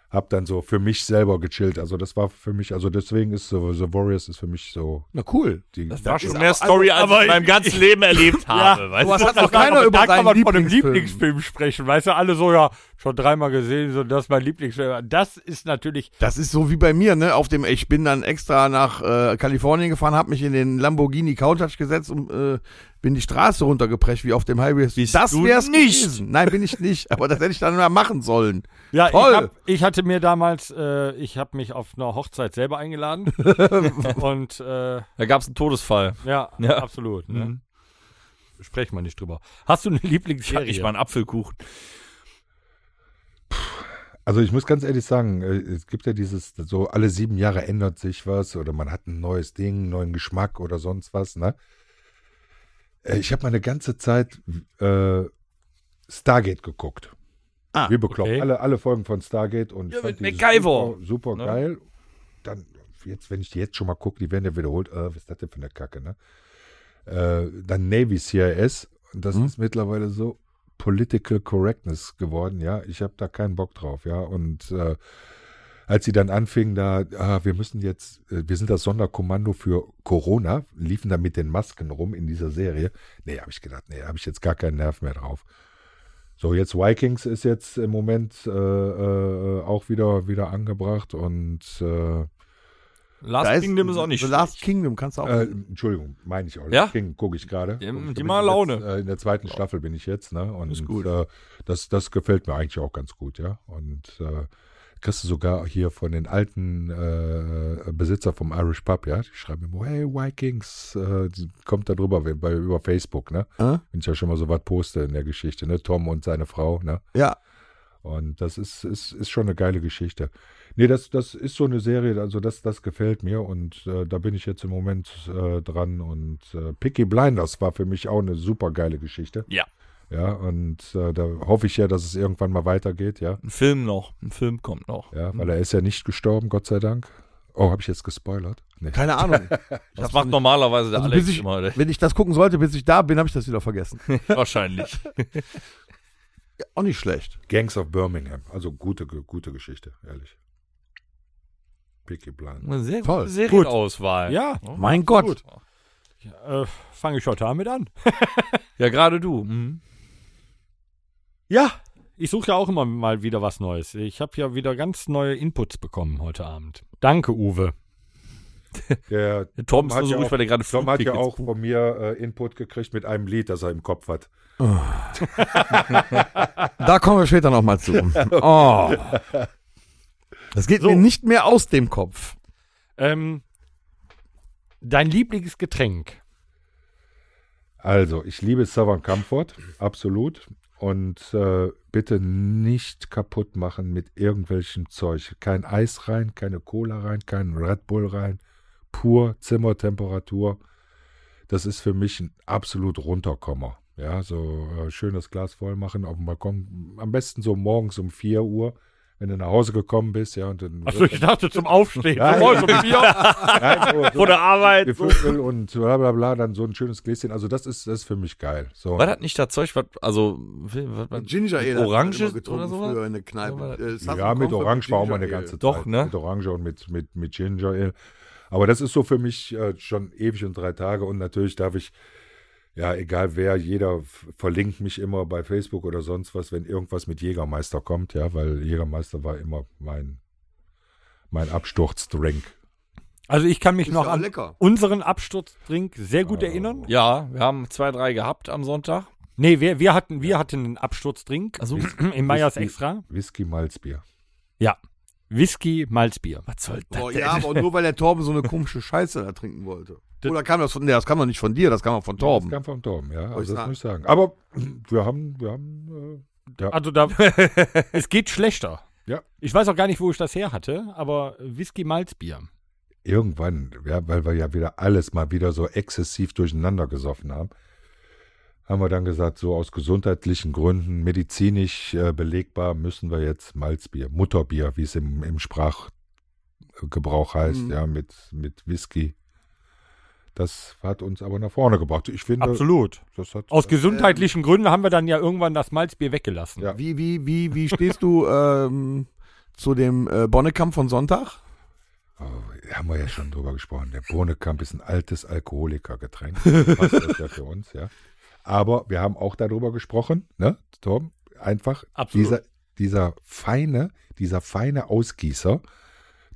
habe dann so für mich selber gechillt. Also das war für mich, also deswegen ist so, The Warriors ist für mich so Na cool. die... War schon mehr Story, als ich in meinem ganzen Leben erlebt habe. weißt sowas du? hat noch Also keiner über da kann man seinen von einem Lieblingsfilm. Lieblingsfilm sprechen. Weißt du, alle so, ja, schon dreimal gesehen, so, das ist mein Lieblingsfilm. Das ist natürlich Das ist so wie bei mir, ne? Auf dem, ich bin dann extra nach äh, Kalifornien gefahren, habe mich in den Lamborghini Countach gesetzt und äh, bin die Straße runtergeprescht, wie auf dem Highway. Bist das du wär's nicht. gewesen. Nein, bin ich nicht. Aber das hätte ich dann mal machen sollen. Ja, Toll. Ich, hab, ich hatte mir damals, äh, ich habe mich auf einer Hochzeit selber eingeladen. und äh, Da gab es einen Todesfall. ja, Ja. absolut. Ne? Mhm. Sprechen wir nicht drüber. Hast du eine Ich hab Lieblingsserie? nicht mal einen Apfelkuchen. Also ich muss ganz ehrlich sagen, äh, es gibt ja dieses, so alle sieben Jahre ändert sich was oder man hat ein neues Ding, einen neuen Geschmack oder sonst was, ne? Äh, Ich habe meine ganze Zeit äh, Stargate geguckt. Ah, Wie bekloppt. okay. Alle, alle Folgen von Stargate und ich Ja, mit die MacGyver, super, super ne? geil. Dann, jetzt, wenn ich die jetzt schon mal gucke, die werden ja wiederholt, äh, was ist das denn für eine Kacke, ne? Äh, dann Navy CIS und Mhm. das ist mittlerweile so Political Correctness geworden, ja. Ich habe da keinen Bock drauf, ja. Und äh, als sie dann anfingen, da, ah, wir müssen jetzt, äh, wir sind das Sonderkommando für Corona, liefen da mit den Masken rum in dieser Serie. Nee, habe ich gedacht, nee, habe ich jetzt gar keinen Nerv mehr drauf. So, jetzt Vikings ist jetzt im Moment äh, äh, auch wieder, wieder angebracht und äh, Last Da Kingdom ist auch nicht The schlecht. Last Kingdom kannst du auch. äh, Entschuldigung, meine ich auch. Ja? King gucke ich gerade. Die haben- Guck ich- die bin machen Laune. Jetzt, äh, in der zweiten Staffel bin ich jetzt, ne? Und Ist gut. Äh, das, das gefällt mir eigentlich auch ganz gut, ja. Und äh, Kriegst du sogar hier von den alten äh, Besitzer vom Irish Pub, ja? Die schreiben immer, hey, Vikings, äh, die kommt da drüber wenn- bei, über Facebook, ne? Äh? Wenn ich ja schon mal so was poste in der Geschichte, ne? Tom und seine Frau, ne? Ja. Und das ist, ist, ist schon eine geile Geschichte. Nee, das, das ist so eine Serie, also das, das gefällt mir und äh, da bin ich jetzt im Moment äh, dran. Und äh, Picky Blinders war für mich auch eine super geile Geschichte. Ja. Ja, und äh, da hoffe ich ja, dass es irgendwann mal weitergeht, ja. Ein Film noch. Ein Film kommt noch. Ja, weil er ist ja nicht gestorben, Gott sei Dank. Oh, habe ich jetzt gespoilert? Nee. Keine Ahnung. Das macht normalerweise der Also Alex bis ich, immer. ne? wenn ich das gucken sollte, bis ich da bin, habe ich das wieder vergessen. Wahrscheinlich. Auch nicht schlecht. Gangs of Birmingham. Also gute, ge- gute Geschichte, ehrlich. Picky Blind. Eine sehr Toll. gute Serienauswahl. Ja, Mein Gott. äh, fange ich heute damit an. Ja, gerade du. Mhm. Ja, ich suche ja auch immer mal wieder was Neues. Ich habe ja wieder ganz neue Inputs bekommen heute Abend. Danke, Uwe. Der Der Tom ist hat nur so ja gut, auch- weil der gerade Tom hat ja Flugtickets- auch von mir äh, Input gekriegt mit einem Lied, das er im Kopf hat. Da kommen wir später nochmal zu. Oh. Das geht mir nicht mehr aus dem Kopf. Ähm, dein Lieblingsgetränk. Also, ich liebe Southern Comfort, absolut. Und äh, bitte nicht kaputt machen mit irgendwelchem Zeug. Kein Eis rein, keine Cola rein, kein Red Bull rein. Pur Zimmertemperatur. Das ist für mich ein absolut Runterkommer. Ja, so äh, schön das Glas voll machen auf dem Balkon. Am besten so morgens um 4 Uhr, wenn du nach Hause gekommen bist. Ja, und dann Achso, Also, ich dachte zum Aufstehen. Nein. Zum Morgen um vier. Nein, so, so Vor der Arbeit. Gefügel und bla bla bla, dann so ein schönes Gläschen. Also, das ist, das ist für mich geil. So, War das nicht das Zeug, was, also, was, was, Ginger Ale hat man immer getrunken früher in der Äh, Kneipe. Ja, mit Orange war auch mal eine ganze Zeit. Doch, ne? Mit Orange und mit, mit, mit Ginger Ale. Aber das ist so für mich äh, schon ewig und drei Tage. Und natürlich darf ich, ja, egal wer, jeder f- verlinkt mich immer bei Facebook oder sonst was, wenn irgendwas mit Jägermeister kommt, ja, weil Jägermeister war immer mein, mein Absturzdrink. Also ich kann mich Ist noch ja auch an lecker. unseren Absturztrink sehr gut Oh. erinnern. ja, wir haben zwei, drei gehabt am Sonntag. Nee, wir, wir hatten wir hatten einen Absturztrink Also, im Meyers Whisky. Extra. Whisky Malzbier. Ja. Whisky, Malzbier. was soll das? Boah, ja, aber nur weil der Torben so eine komische Scheiße da trinken wollte. Oder kam das von, nee, das kam doch nicht von dir, das kam doch von Das Torben. kam vom Torben, ja. Wollte ich Also das sagen. muss ich sagen. Aber wir haben, wir haben, äh, Also da es geht schlechter. Ja. Ich weiß auch gar nicht, wo ich das her hatte, aber Whisky, Malzbier. äh, irgendwann, ja, weil wir ja wieder alles mal wieder so exzessiv durcheinander gesoffen haben, haben wir dann gesagt, so aus gesundheitlichen Gründen, medizinisch äh, belegbar, müssen wir jetzt Malzbier, Mutterbier, wie es im, im Sprachgebrauch heißt, Mhm. ja, mit, mit Whisky. Das hat uns aber nach vorne gebracht. Ich finde, Absolut. das hat. ähm, Aus gesundheitlichen Gründen haben wir dann ja irgendwann das Malzbier weggelassen. Ja. Wie, wie, wie, wie stehst du ähm, zu dem äh, Bonnekamp von Sonntag? Oh, haben wir ja schon drüber gesprochen. Der Bohnekamp ist ein altes Alkoholikergetränk. Passt das ja für uns, ja. Aber wir haben auch darüber gesprochen, ne, Tom? Einfach Absolut. dieser, dieser feine, dieser feine Ausgießer,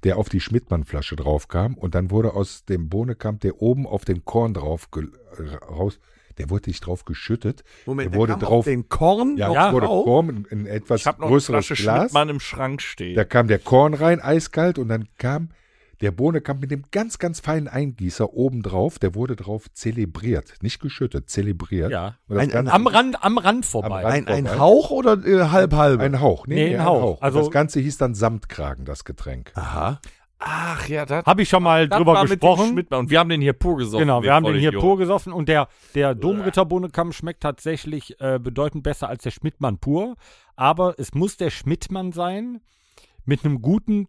der auf die Schmidtmann-Flasche draufkam und dann wurde aus dem Bohnekamp, der oben auf den Korn drauf gel- äh, raus, der wurde nicht drauf geschüttet. der wurde kam auf drauf. den Korn ja, noch ja, wurde drauf? Korn in, in etwas Ich habe noch eine größeres Flasche Glas. Schnittmann im Schrank stehen. Da kam der Korn rein, eiskalt, und dann kam der Bohnenkamp mit dem ganz, ganz feinen Eingießer obendrauf. Der wurde drauf zelebriert, nicht geschüttet, zelebriert. Ja. Und das Ein- Ganze- Am Rand, am Rand vorbei. Am Ein, Rand. ein vorbei. Hauch oder äh, halb halb? ein Hauch, Nee, ein Hauch. Und Also- das Ganze hieß dann Samtkragen, das Getränk. Aha. Ach ja, da Habe ich schon mal Das drüber war mit dem gesprochen. Schmidtmann. Und wir haben den hier pur gesoffen. Genau, wir haben den hier pur Vollidioten. gesoffen und der, der Domritterbohnenkamm schmeckt tatsächlich äh, bedeutend besser als der Schmidtmann pur. Aber es muss der Schmidtmann sein mit einem guten,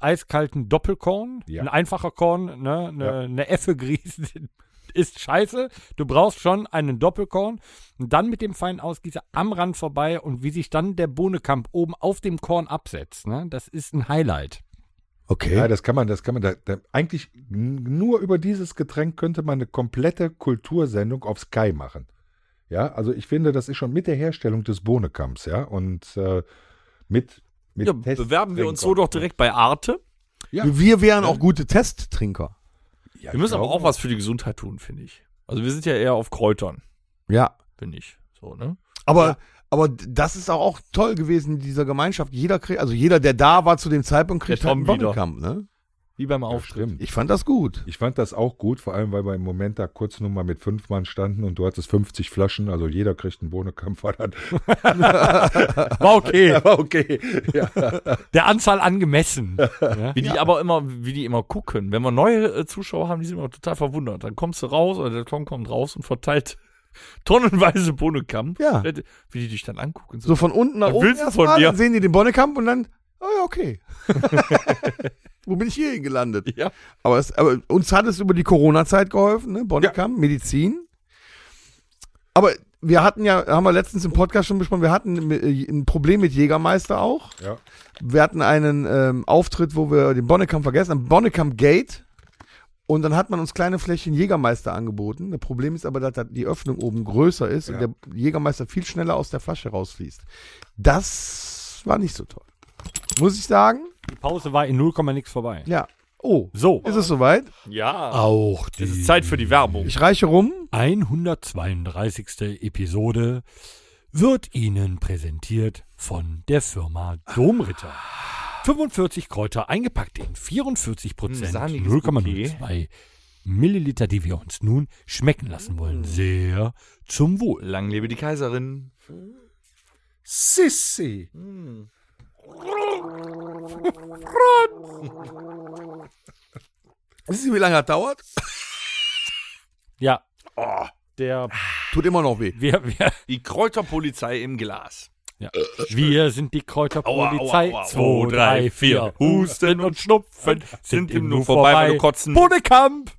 eiskalten Doppelkorn. Ja. Ein einfacher Korn, ne? Eine, Ja. eine Effe Grieß ist scheiße. Du brauchst schon einen Doppelkorn. Und dann mit dem feinen Ausgießer am Rand vorbei und wie sich dann der Bohnenkamp oben auf dem Korn absetzt. Ne? Das ist ein Highlight. Okay. Ja, das kann man, das kann man, da, da, eigentlich n- nur über dieses Getränk könnte man eine komplette Kultursendung auf Sky machen. Ja, also ich finde, das ist schon mit der Herstellung des Bohnenkamps, ja, und äh, mit, mit Ja, Test- bewerben wir uns so Trinkern. doch direkt bei Arte. Wir wären auch gute Testtrinker. Ja, Wir müssen aber genau. auch was für die Gesundheit tun, finde ich. Also wir sind ja eher auf Kräutern, Ja. finde ich. So, ne? Aber Aber d- das ist auch, auch toll gewesen in dieser Gemeinschaft. Jeder kriegt, also jeder, der da war zu dem Zeitpunkt, kriegt Der halt Tom einen Bombenkampf, ne? Wie beim Auftritt. Stimmt. Ich fand das gut. Ich fand das auch gut, vor allem, weil wir im Moment da kurz nur mal mit fünf Mann standen und du hattest 50 Flaschen, also jeder kriegt einen Bohnenkampf. War dann, War okay. aber okay. Ja. Der Anzahl angemessen. Wie die aber immer, wie die immer gucken. Wenn wir neue äh, Zuschauer haben, die sind immer total verwundert. Dann kommst du raus oder der Tom kommt raus und verteilt tonnenweise Bohnenkamp. Ja. Wie die dich dann angucken. So von unten nach Was oben willst du erstmal, von mir? dann sehen die den Bonnekamp und dann, oh ja, okay. Wo bin ich hier gelandet? Ja. Aber, es, aber uns hat es über die Corona-Zeit geholfen, ne? Bonnekamp, Medizin. Aber wir hatten ja, haben wir letztens im Podcast schon besprochen, wir hatten äh, ein Problem mit Jägermeister auch. Ja. Wir hatten einen ähm, Auftritt, wo wir den Bonnekamp vergessen haben, Bonnekamp Gate. Und dann hat man uns kleine Flächen Jägermeister angeboten. Das Problem ist aber, dass da die Öffnung oben größer ist Ja. und der Jägermeister viel schneller aus der Flasche rausfließt. Das war nicht so toll. Muss ich sagen? Die Pause war in 0, nix vorbei. Ja. Oh, So. ist es soweit? Ja. Auch Es ist Zeit für die Werbung. Ich reiche rum. 132. Episode wird Ihnen präsentiert von der Firma Domritter. 45 Kräuter eingepackt in 44 Prozent, Hm, sahniges 0,02 Milliliter, die wir uns nun schmecken lassen Hm. wollen. Sehr zum Wohl. Lang lebe die Kaiserin. Sissi. Hm. Wissen Sie, wie lange das dauert? Ja. Der, Tut immer noch weh. wir, wir, Die Kräuterpolizei im Glas. ja. wir sind die Kräuterpolizei. Aua, aua, aua. 2, 3, 4. Husten und Schnupfen Sind ihm nur nur vorbei, weil du kotzen. Bodekamp!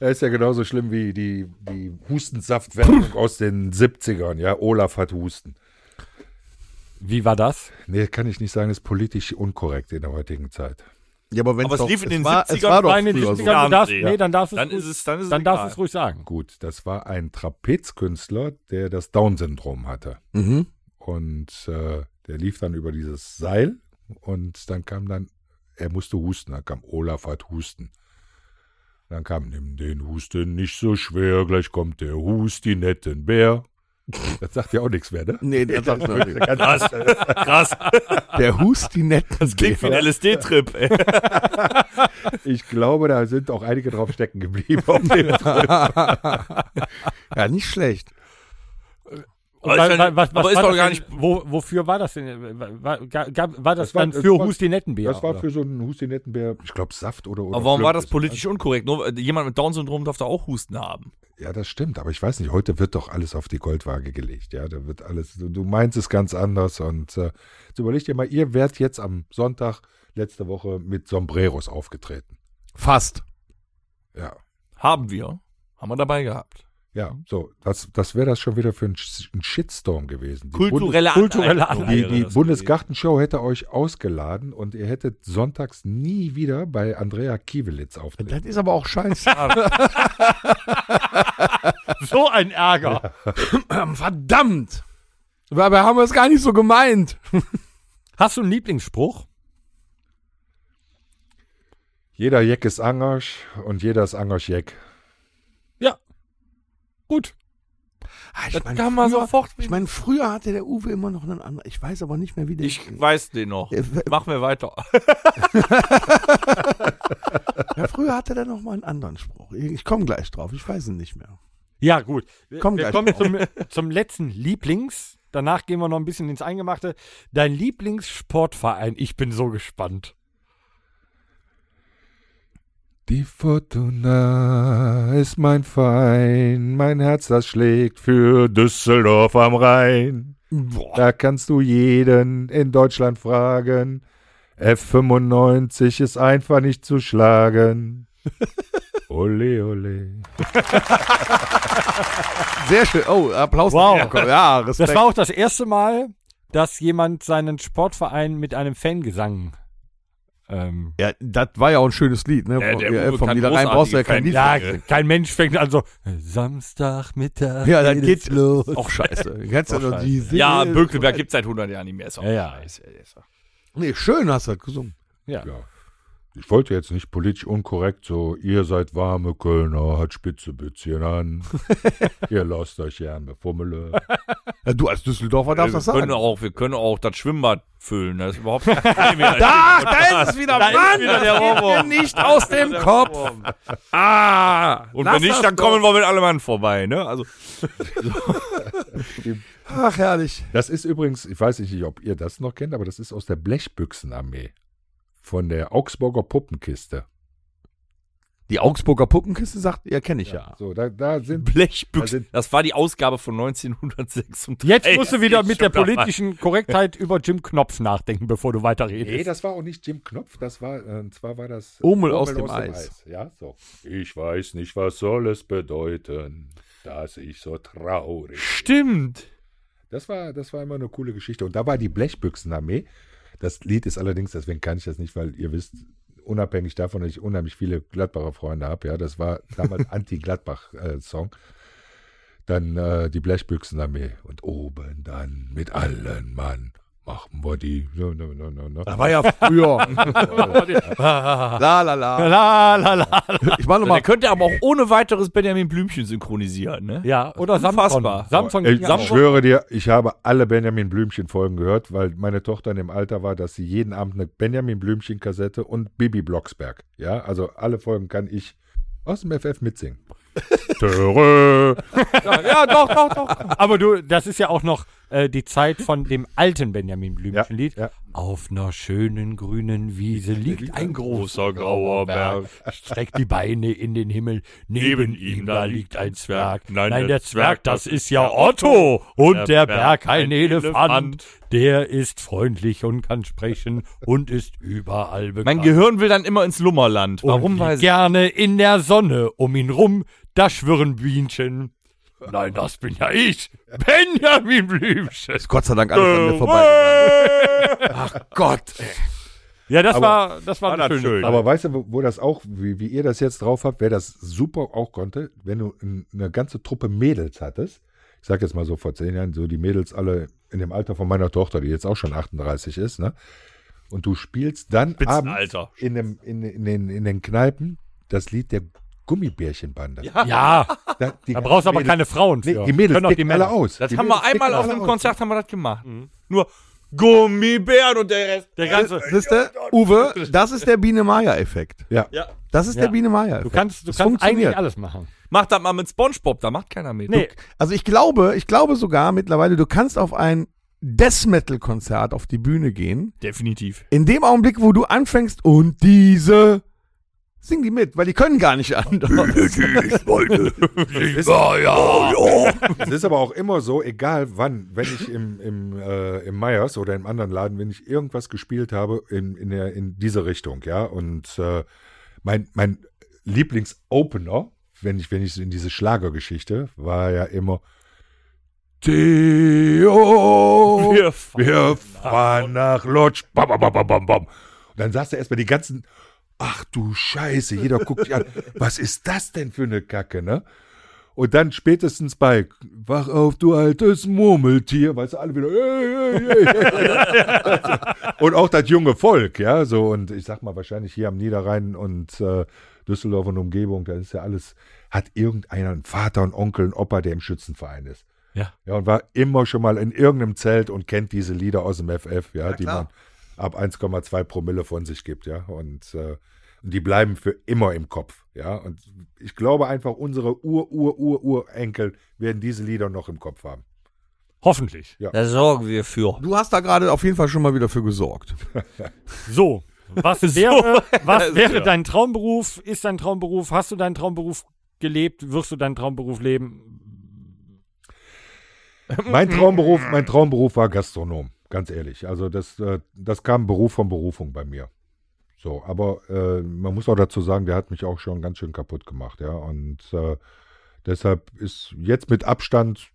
Das ist ja genauso schlimm wie die, die Hustensaftwerbung aus den 70ern. Ja, Olaf hat Husten. Wie war das? Nee, kann ich nicht sagen, ist politisch unkorrekt in der heutigen Zeit. Ja, aber wenn Aber es lief in den war, 70ern es war doch Nein, in früher den so. 70ern, du darfst, Ja. nee, dann darfst du Dann ruhig- ist es- dann ist es dann darfst egal. du es ruhig sagen. Gut, das war ein Trapezkünstler, der das Down-Syndrom hatte. Mhm. Und äh, der lief dann über dieses Seil und dann kam dann, er musste husten, dann kam Olaf hat Husten. Dann kam, nimm den Husten nicht so schwer, gleich kommt der Hustinettenbär. Das sagt ja auch nichts mehr, ne? Nee, das sagst du nicht. Krass. Krass. Der Hustinetten. Das Klingt wie ein LSD-Trip. ey. Ich glaube, da sind auch einige drauf stecken geblieben. Auf dem Ja, nicht schlecht. Aber Weil- ist ja- weil- was- aber was ist war doch das gar denn- nicht. Wo, wofür war das denn? War, war, gab, war das, Das war- dann das für war- Hustinettenbier? das war oder? für so einen Hustinettenbär, ich glaube, Saft oder oder. Aber warum war das Flöte. politisch unkorrekt? Nur äh, jemand mit Down-Syndrom darf da auch Husten haben. Ja, das stimmt, aber ich weiß nicht, heute wird doch alles auf die Goldwaage gelegt. Ja, da wird alles, du, du meinst es ganz anders und äh, jetzt überleg dir mal, ihr wärt jetzt am Sonntag letzte Woche mit Sombreros aufgetreten. Fast. Ja, Haben wir. Haben wir dabei gehabt. ja, Mhm. so, das, das wäre das schon wieder für ein, Sch- ein Shitstorm gewesen. Die Kulturelle kulturelle Bundes- Aneignung die, wäre die das Bundesgartenshow hätte euch ausgeladen und ihr hättet sonntags nie wieder bei Andrea Kiewelitz Das auftreten. ist aber auch scheiße. so ein Ärger. Verdammt. Dabei haben wir es gar nicht so gemeint. Hast du einen Lieblingsspruch? Jeder Jeck ist Angersch und jeder ist Angersch Jeck. Gut. Das kann man Ah, früher, sofort- Ich meine, früher hatte der Uwe immer noch einen anderen. Ich weiß aber nicht mehr, wie der. Ich weiß den noch. Äh, w- Mach mir weiter. ja, früher hatte der noch mal einen anderen Spruch. Ich komme gleich drauf. Ich weiß ihn nicht mehr. Ja, gut. Wir, Komm wir gleich kommen zum, zum letzten Lieblings. Danach gehen wir noch ein bisschen ins Eingemachte. Dein Lieblingssportverein. Ich bin so gespannt. Die Fortuna ist mein Verein, mein Herz, das schlägt für Düsseldorf am Rhein. Da kannst du jeden in Deutschland fragen. F95 ist einfach nicht zu schlagen. Ole, ole. Sehr schön. Oh, Applaus. Wow. Ja, Respekt. Das war auch das erste Mal, dass jemand seinen Sportverein mit einem Fangesang. Ähm, ja, das war ja auch ein schönes Lied. Ne? Ja, der ja, Uwe vom kann Niederrhein brauchst du ja kein großartige Lied. ja, Frage. kein Mensch fängt an so Samstagmittag. Ja, dann geht's geht's los. Auch scheiße. Kannst ja noch die Ja, Single- Bökelberg gibt es seit 100 Jahren nicht mehr. Ist auch Ja, ja. scheiße. Nee, schön hast du das gesungen. Ja. Ja. Ich wollte jetzt nicht politisch unkorrekt so, ihr seid warme Kölner, hat spitze Bützchen an. ihr lasst euch gerne fummeln. Ja, du als Düsseldorfer darfst das wir können sagen. auch, wir können auch das Schwimmbad füllen. Das ist überhaupt kein Problem. Da, Ach, da ist es wieder, da ist wieder der Ohrwurm. Nicht aus dem Kopf. Ah, Und lass wenn nicht, das dann doch. kommen wir mit allem Mann vorbei. Ne? Also, Ach, herrlich. Das ist übrigens, ich weiß nicht, ob ihr das noch kennt, aber das ist aus der Blechbüchsenarmee. Von der Augsburger Puppenkiste. Die Augsburger Puppenkiste sagt, ja, kenne ich ja. So, da, da sind. Blechbüchse. Also- Das war die Ausgabe von 1936. Jetzt musst du wieder mit der Schon dabei. politischen Korrektheit über Jim Knopf nachdenken, bevor du Nee, weiterredest. das war auch nicht Jim Knopf, das war, äh, und zwar war das. Omel aus dem Eis. Ja, so. Ich weiß nicht, was soll es bedeuten, dass ich so traurig Stimmt. Das war, das war immer eine coole Geschichte. Und da war die Blechbüchsenarmee. Das Lied ist allerdings, deswegen kann ich das nicht, weil ihr wisst, unabhängig davon, dass ich unheimlich viele Gladbacher Freunde habe, ja, das war damals Anti-Gladbach-Song. Dann äh, die Blechbüchsenarmee. Und oben dann mit allen Mann machen wir die. No, no, no, no, no. war ja früher. la, la, la. La, la, la. Ich mach Der nochmal. könnte aber auch ohne weiteres Benjamin Blümchen synchronisieren. Ne? Ja, oder Samson. Unfassbar. Samson Äh, Ich ging auch. schwöre dir, ich habe alle Benjamin Blümchen-Folgen gehört, weil meine Tochter in dem Alter war, dass sie jeden Abend eine Benjamin Blümchen-Kassette und Bibi Blocksberg. Ja, also alle Folgen kann ich aus dem FF mitsingen. Töre. Ja, doch, doch, doch. Aber du, das ist ja auch noch äh, die Zeit von dem alten Benjamin Blümchen-Lied. Ja, ja. Auf einer schönen grünen Wiese liegt ein großer grauer Berg, streckt die Beine in den Himmel, neben ihm da liegt ein Zwerg. Nein, der Zwerg, das ist ja Otto und der Berg ein Elefant. Der ist freundlich und kann sprechen und ist überall bekannt. Mein Gehirn will dann immer ins Lummerland. Warum und weiß liegt ich? gerne in der Sonne um ihn rum, da schwirren Bienchen. Nein, das bin ja ich, Benjamin Blümchen. Äh. Ist Gott sei Dank alles an mir vorbei. Ach Gott. Ja, das war das war, eine das schöne schön. Zeit. Aber weißt du, wo, wo das auch, wie, wie ihr das jetzt drauf habt, wer das super auch konnte, wenn du n- eine ganze Truppe Mädels hattest, ich sag jetzt mal so vor zehn Jahren, so die Mädels alle in dem Alter von meiner Tochter, die jetzt auch schon 38 ist, ne? Und du spielst dann abends Spitzenalter. in, dem, in, in, den, in den Kneipen das Lied der Gummibärchenbande. ja, Da, die da brauchst du aber keine Frauen Nee, für. die Mädels Können auch die ticken alle Männer. aus. Das die haben Mädels wir einmal ticken auf alle einem aus. Konzert haben wir das gemacht. Nur Gummibären und der Rest. Der ganze, Äh, Wisst ihr, Uwe, das ist der Biene-Meier-Effekt. Ja. Das ist der Biene-Meier-Effekt. du kannst du Das kannst funktioniert. eigentlich alles machen. Macht das mal mit SpongeBob, da macht keiner mit. Nee, Also ich glaube, ich glaube sogar mittlerweile, du kannst auf ein Death Metal Konzert auf die Bühne gehen. Definitiv. In dem Augenblick, wo du anfängst und diese singen die mit, weil die können gar nicht anders. Es ist aber auch immer so, egal wann, wenn ich im, im, äh, im Meyers oder im anderen Laden, wenn ich irgendwas gespielt habe in, in, der, in diese Richtung, ja. Und äh, mein, mein Lieblingsopener, wenn ich, wenn ich so in diese Schlagergeschichte, war ja immer Theo. Wir fahren Wir fahren nach Lodge. Bam, bam, bam, bam, bam, bam. Und dann saß er erstmal die ganzen. Ach du Scheiße, jeder guckt dich an. Was ist das denn für eine Kacke, ne? Und dann spätestens bei Wach auf, du altes Murmeltier, weißt du, alle wieder. Ey, ey, ey, ey. Also, und auch das junge Volk, ja, so. Und ich sag mal, wahrscheinlich hier am Niederrhein und äh, Düsseldorf und Umgebung, da ist ja alles. Hat irgendeiner einen Vater, einen Onkel, einen Opa, der im Schützenverein ist. Ja, und war immer schon mal in irgendeinem Zelt und kennt diese Lieder aus dem FF, ja, die man ab 1,2 Promille von sich gibt, ja. Und, äh, und die bleiben für immer im Kopf, ja. Und ich glaube einfach, unsere Ur, Ur, Ur, Urenkel werden diese Lieder noch im Kopf haben. hoffentlich. Da sorgen wir für. du hast da gerade auf jeden Fall schon mal wieder für gesorgt. So, was wäre, was wäre dein Traumberuf? Ist dein Traumberuf? Hast du deinen Traumberuf gelebt? Wirst du deinen Traumberuf leben? Mein Traumberuf, mein Traumberuf war Gastronom, ganz ehrlich. Also das, äh, das kam Beruf von Berufung bei mir. So, aber äh, man muss auch dazu sagen, der hat mich auch schon ganz schön kaputt gemacht, ja. Und äh, deshalb ist jetzt mit Abstand,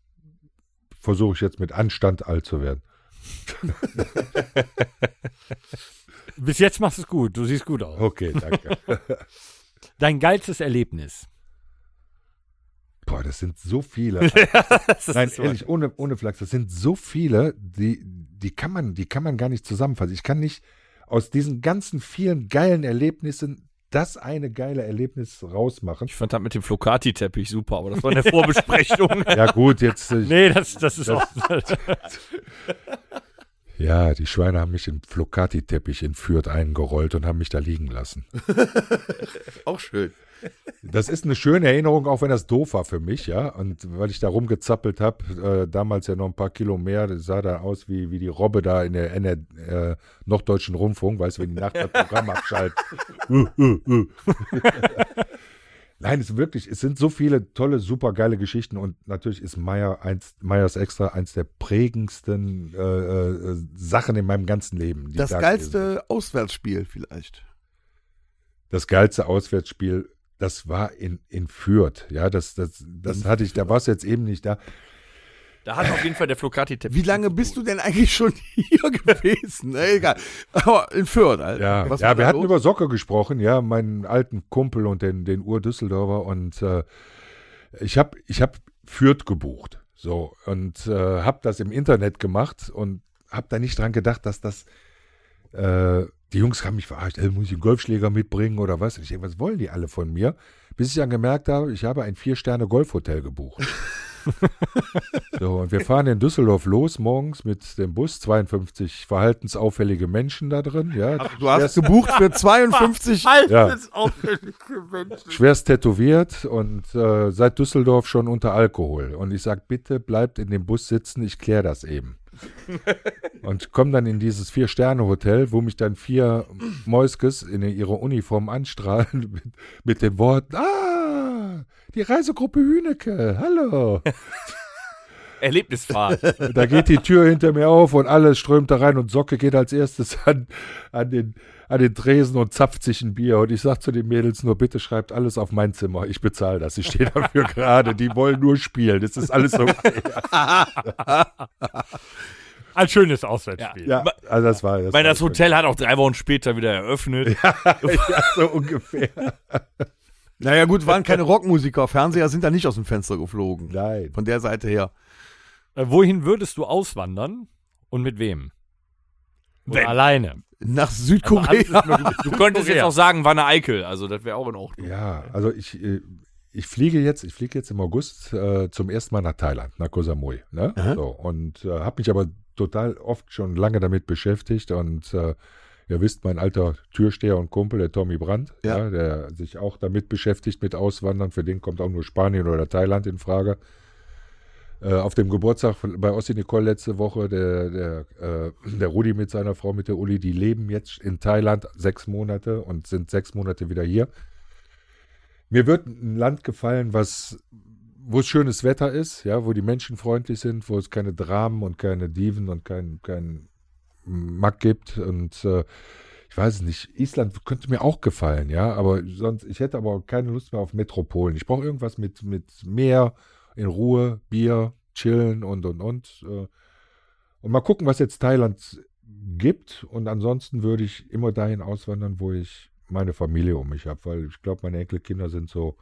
versuche ich jetzt mit Anstand alt zu werden. Bis jetzt machst du es gut. Du siehst gut aus. Okay, danke. Dein geilstes Erlebnis. Boah, das sind so viele. Nein, ehrlich, ohne, ohne Flachs, das sind so viele, die, die, kann man, die kann man gar nicht zusammenfassen. Ich kann nicht aus diesen ganzen vielen geilen Erlebnissen das eine geile Erlebnis rausmachen. Ich fand das mit dem Flocati-Teppich super, aber das war in der Vorbesprechung. Ja gut, jetzt äh, Nee, das, das ist auch. Ja, die Schweine haben mich in Flocati-Teppich entführt, eingerollt und haben mich da liegen lassen. Auch schön. Das ist eine schöne Erinnerung, auch wenn das doof war für mich, ja. Und weil ich da rumgezappelt habe, äh, damals ja noch ein paar Kilo mehr, das sah da aus wie, wie die Robbe da in der, in der äh, norddeutschen Rundfunk, weißt du, wenn die Nacht das Programm abschaltet. Uh, uh, uh. Nein, es ist wirklich, es sind so viele tolle, super geile Geschichten und natürlich ist Meier eins, Meyers Extra eins der prägendsten äh, äh, Sachen in meinem ganzen Leben. die Das da gewesen geilste Auswärtsspiel vielleicht. das geilste Auswärtsspiel, das war in, in Fürth. Ja, das, das, das hatte ich, da warst du jetzt eben nicht da. da hat auf jeden Fall der Flocati-Teppich. Wie lange bist du denn eigentlich schon hier gewesen? Na, egal. Aber in Fürth, Alter. Ja, Halt. Was war ja wir da hatten los? über Socke gesprochen, ja, meinen alten Kumpel und den, den Ur-Düsseldorfer und äh, ich habe ich hab Fürth gebucht. So, und äh, habe das im Internet gemacht und habe da nicht dran gedacht, dass das. Äh, die Jungs haben mich verarscht, äh, muss ich einen Golfschläger mitbringen oder was? Und ich denke, was wollen die alle von mir? Bis ich dann gemerkt habe, ich habe ein Vier-Sterne-Golfhotel gebucht. So, und wir fahren in Düsseldorf los morgens mit dem Bus. 52 verhaltensauffällige Menschen da drin. Ja, Du hast gebucht für 52. ja. schwerst tätowiert und äh, seit Düsseldorf schon unter Alkohol. Und ich sag, bitte bleibt in dem Bus sitzen, ich kläre das eben. und komme dann in dieses Vier-Sterne-Hotel, wo mich dann vier Mäuskes in ihrer Uniform anstrahlen mit, mit den Worten, ah, die Reisegruppe Hünecke, hallo. Erlebnisfahrt. Da geht die Tür hinter mir auf und alles strömt da rein und Socke geht als erstes an, an, den, an den Tresen und zapft sich ein Bier. Und ich sag zu den Mädels nur, bitte schreibt alles auf mein Zimmer. Ich bezahle das. Ich stehe dafür gerade. Die wollen nur spielen. Das ist alles so. Ein schönes Auswärtsspiel. Ja, also das war das. Weil war das Hotel hat auch drei Wochen später wieder eröffnet. Ja, so ungefähr. Naja, gut, waren keine Rockmusiker. Fernseher sind da nicht aus dem Fenster geflogen. Nein. Von der Seite her. Äh, wohin würdest du auswandern und mit wem? Oder Wenn. Alleine. Nach Aber alles Südkorea. ist möglich. Du könntest jetzt Korea. auch sagen, Wanne Eickel. Also, das wäre auch in Ordnung. Ja, also ich, äh, ich fliege jetzt, ich fliege jetzt im August äh, zum ersten Mal nach Thailand, nach Koh Samui. Ne? So, und äh, habe mich aber total oft schon lange damit beschäftigt und äh, ihr wisst, mein alter Türsteher und Kumpel, der Tommy Brandt, Ja. ja. der sich auch damit beschäftigt mit Auswandern, für den kommt auch nur Spanien oder Thailand in Frage. Äh, auf dem Geburtstag von- bei Ossi Nicole letzte Woche, der, der, äh, der Rudi mit seiner Frau, mit der Uli, die leben jetzt in Thailand sechs Monate und sind sechs Monate wieder hier. Mir wird ein Land gefallen, was, wo es schönes Wetter ist, ja, wo die Menschen freundlich sind, wo es keine Dramen und keine Diven und kein, kein Mack gibt und äh, ich weiß es nicht. Island könnte mir auch gefallen, ja, aber sonst, ich hätte aber auch keine Lust mehr auf Metropolen. Ich brauche irgendwas mit, mit Meer, in Ruhe, Bier, chillen und und und. äh. Und mal gucken, was jetzt Thailand gibt. Und ansonsten würde ich immer dahin auswandern, wo ich meine Familie um mich habe, weil ich glaube, meine Enkelkinder sind so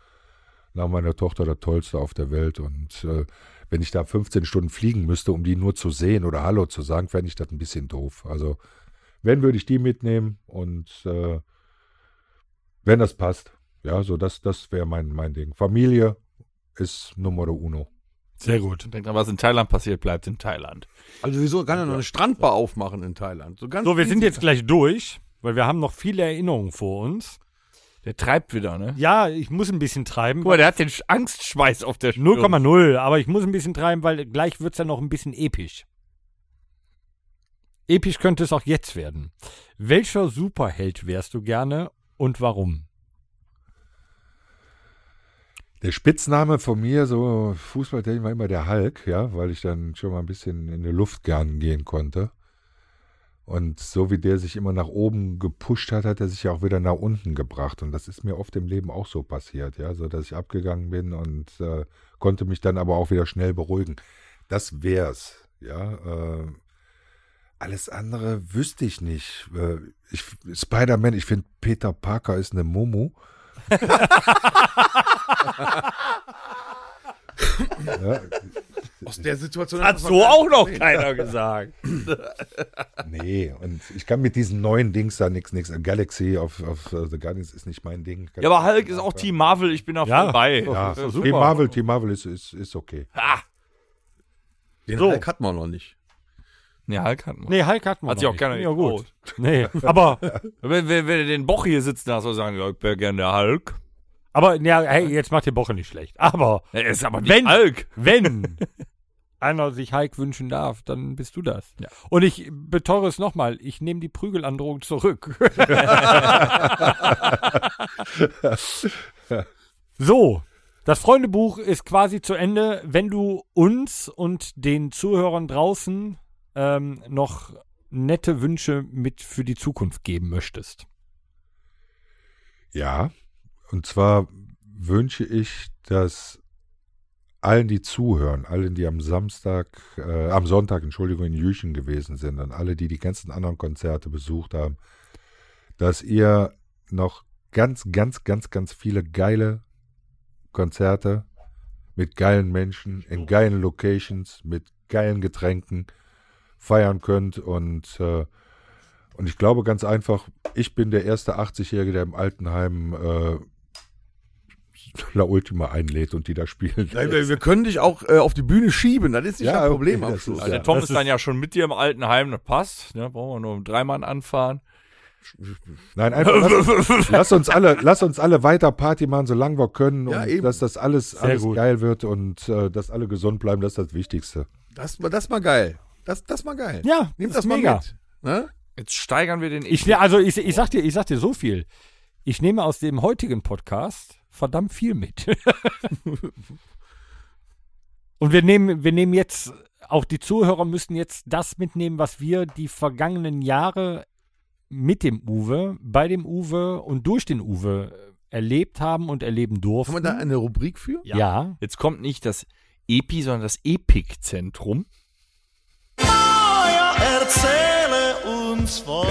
nach meiner Tochter der Tollste auf der Welt. Und äh, wenn ich da 15 Stunden fliegen müsste, um die nur zu sehen oder Hallo zu sagen, fände ich das ein bisschen doof. Also, wenn, würde ich die mitnehmen und äh, wenn das passt. Ja, so das, das wäre mein, mein Ding. Familie ist Numero uno. Sehr gut. Denkt an, was in Thailand passiert, bleibt in Thailand. Also wieso kann er noch eine Strandbar aufmachen in Thailand? So ganz So, wir sind easy. jetzt gleich durch, weil wir haben noch viele Erinnerungen vor uns. Der treibt wieder, ne? Ja, ich muss ein bisschen treiben. Guck mal, der hat den Sch- Angstschweiß auf der Stirn. 0,0, aber ich muss ein bisschen treiben, weil gleich wird es ja noch ein bisschen episch. Episch könnte es auch jetzt werden. Welcher Superheld wärst du gerne und warum? Der Spitzname von mir, so Fußballtechnisch, war immer der Hulk, ja, weil ich dann schon mal ein bisschen in die Luft gern gehen konnte. Und so wie der sich immer nach oben gepusht hat, hat er sich ja auch wieder nach unten gebracht. Und das ist mir oft im Leben auch so passiert, ja, so dass ich abgegangen bin und äh, konnte mich dann aber auch wieder schnell beruhigen. Das wär's, ja. Äh, alles andere wüsste ich nicht. Äh, ich, Spider-Man, ich finde Peter Parker ist 'ne eine Momo. Ja, Aus der Situation Hat das so noch auch gar noch nicht keiner gesagt. Nee, und ich kann mit diesen neuen Dings da nichts, nichts. Galaxy of, of äh, the Guardians ist nicht mein Ding. Ja, aber Hulk ist auch Team Marvel, ich bin da voll Ja. bei. Ja, ist doch Team super. Marvel, Team Marvel ist, ist, ist okay. Ha! Den So. Hulk hat man noch nicht. Ja, Hulk hat man. Nee, Hulk hat man Hat noch sich auch nicht. keiner ja, getraut. gut. Nee, aber, Wenn, wenn, wenn du den Boch hier sitzen hast, soll sagen, ja, ich wäre gerne der Hulk. aber ja, hey, jetzt macht die Woche nicht schlecht. Aber Er ist aber Wenn- Hulk. wenn einer sich Hulk wünschen darf, dann bist du das. Und ich beteure es nochmal, ich nehme die Prügelandrohung zurück. so, das Freundebuch ist quasi zu Ende. Wenn du uns und den Zuhörern draußen ähm, noch nette Wünsche mit für die Zukunft geben möchtest. Ja, und zwar wünsche ich, dass allen, die zuhören, allen, die am Samstag, äh, am Sonntag, Entschuldigung, in Jüchen gewesen sind und alle, die die ganzen anderen Konzerte besucht haben, dass ihr noch ganz, ganz, ganz, ganz viele geile Konzerte mit geilen Menschen, in geilen Locations, mit geilen Getränken feiern könnt und äh, und ich glaube ganz einfach, ich bin der erste 80-Jährige, der im Altenheim äh, La Ultima einlädt und die da spielen. Ja, wir, wir können dich auch äh, auf die Bühne schieben, das ist nicht Ja, das Problem okay, am das Schluss. Also, ist- Ja, der Ja, Tom das ist, dann ja schon mit dir im alten Heim, das passt. Ne? Brauchen wir nur um drei Mann anfahren. Nein, einfach lass, lass uns alle, lass uns alle weiter Party machen, solange wir können, Ja, und eben. dass das alles, alles gut. geil wird und äh, dass alle gesund bleiben, das ist das Wichtigste. Das, mal- das mal geil. Das, das mal geil. Ja, Nehmt ist das mal mega. mit. Ne? Jetzt steigern wir den Ich, ne- also ich, ich, sag dir, ich sag dir so viel. Ich nehme aus dem heutigen Podcast verdammt viel mit. Und wir nehmen, wir nehmen jetzt, auch die Zuhörer müssen jetzt das mitnehmen, was wir die vergangenen Jahre mit dem Uwe, bei dem Uwe und durch den Uwe erlebt haben und erleben Haben durften. wir da eine Rubrik für? ja. Jetzt kommt nicht das Epi, sondern das Epic-Zentrum.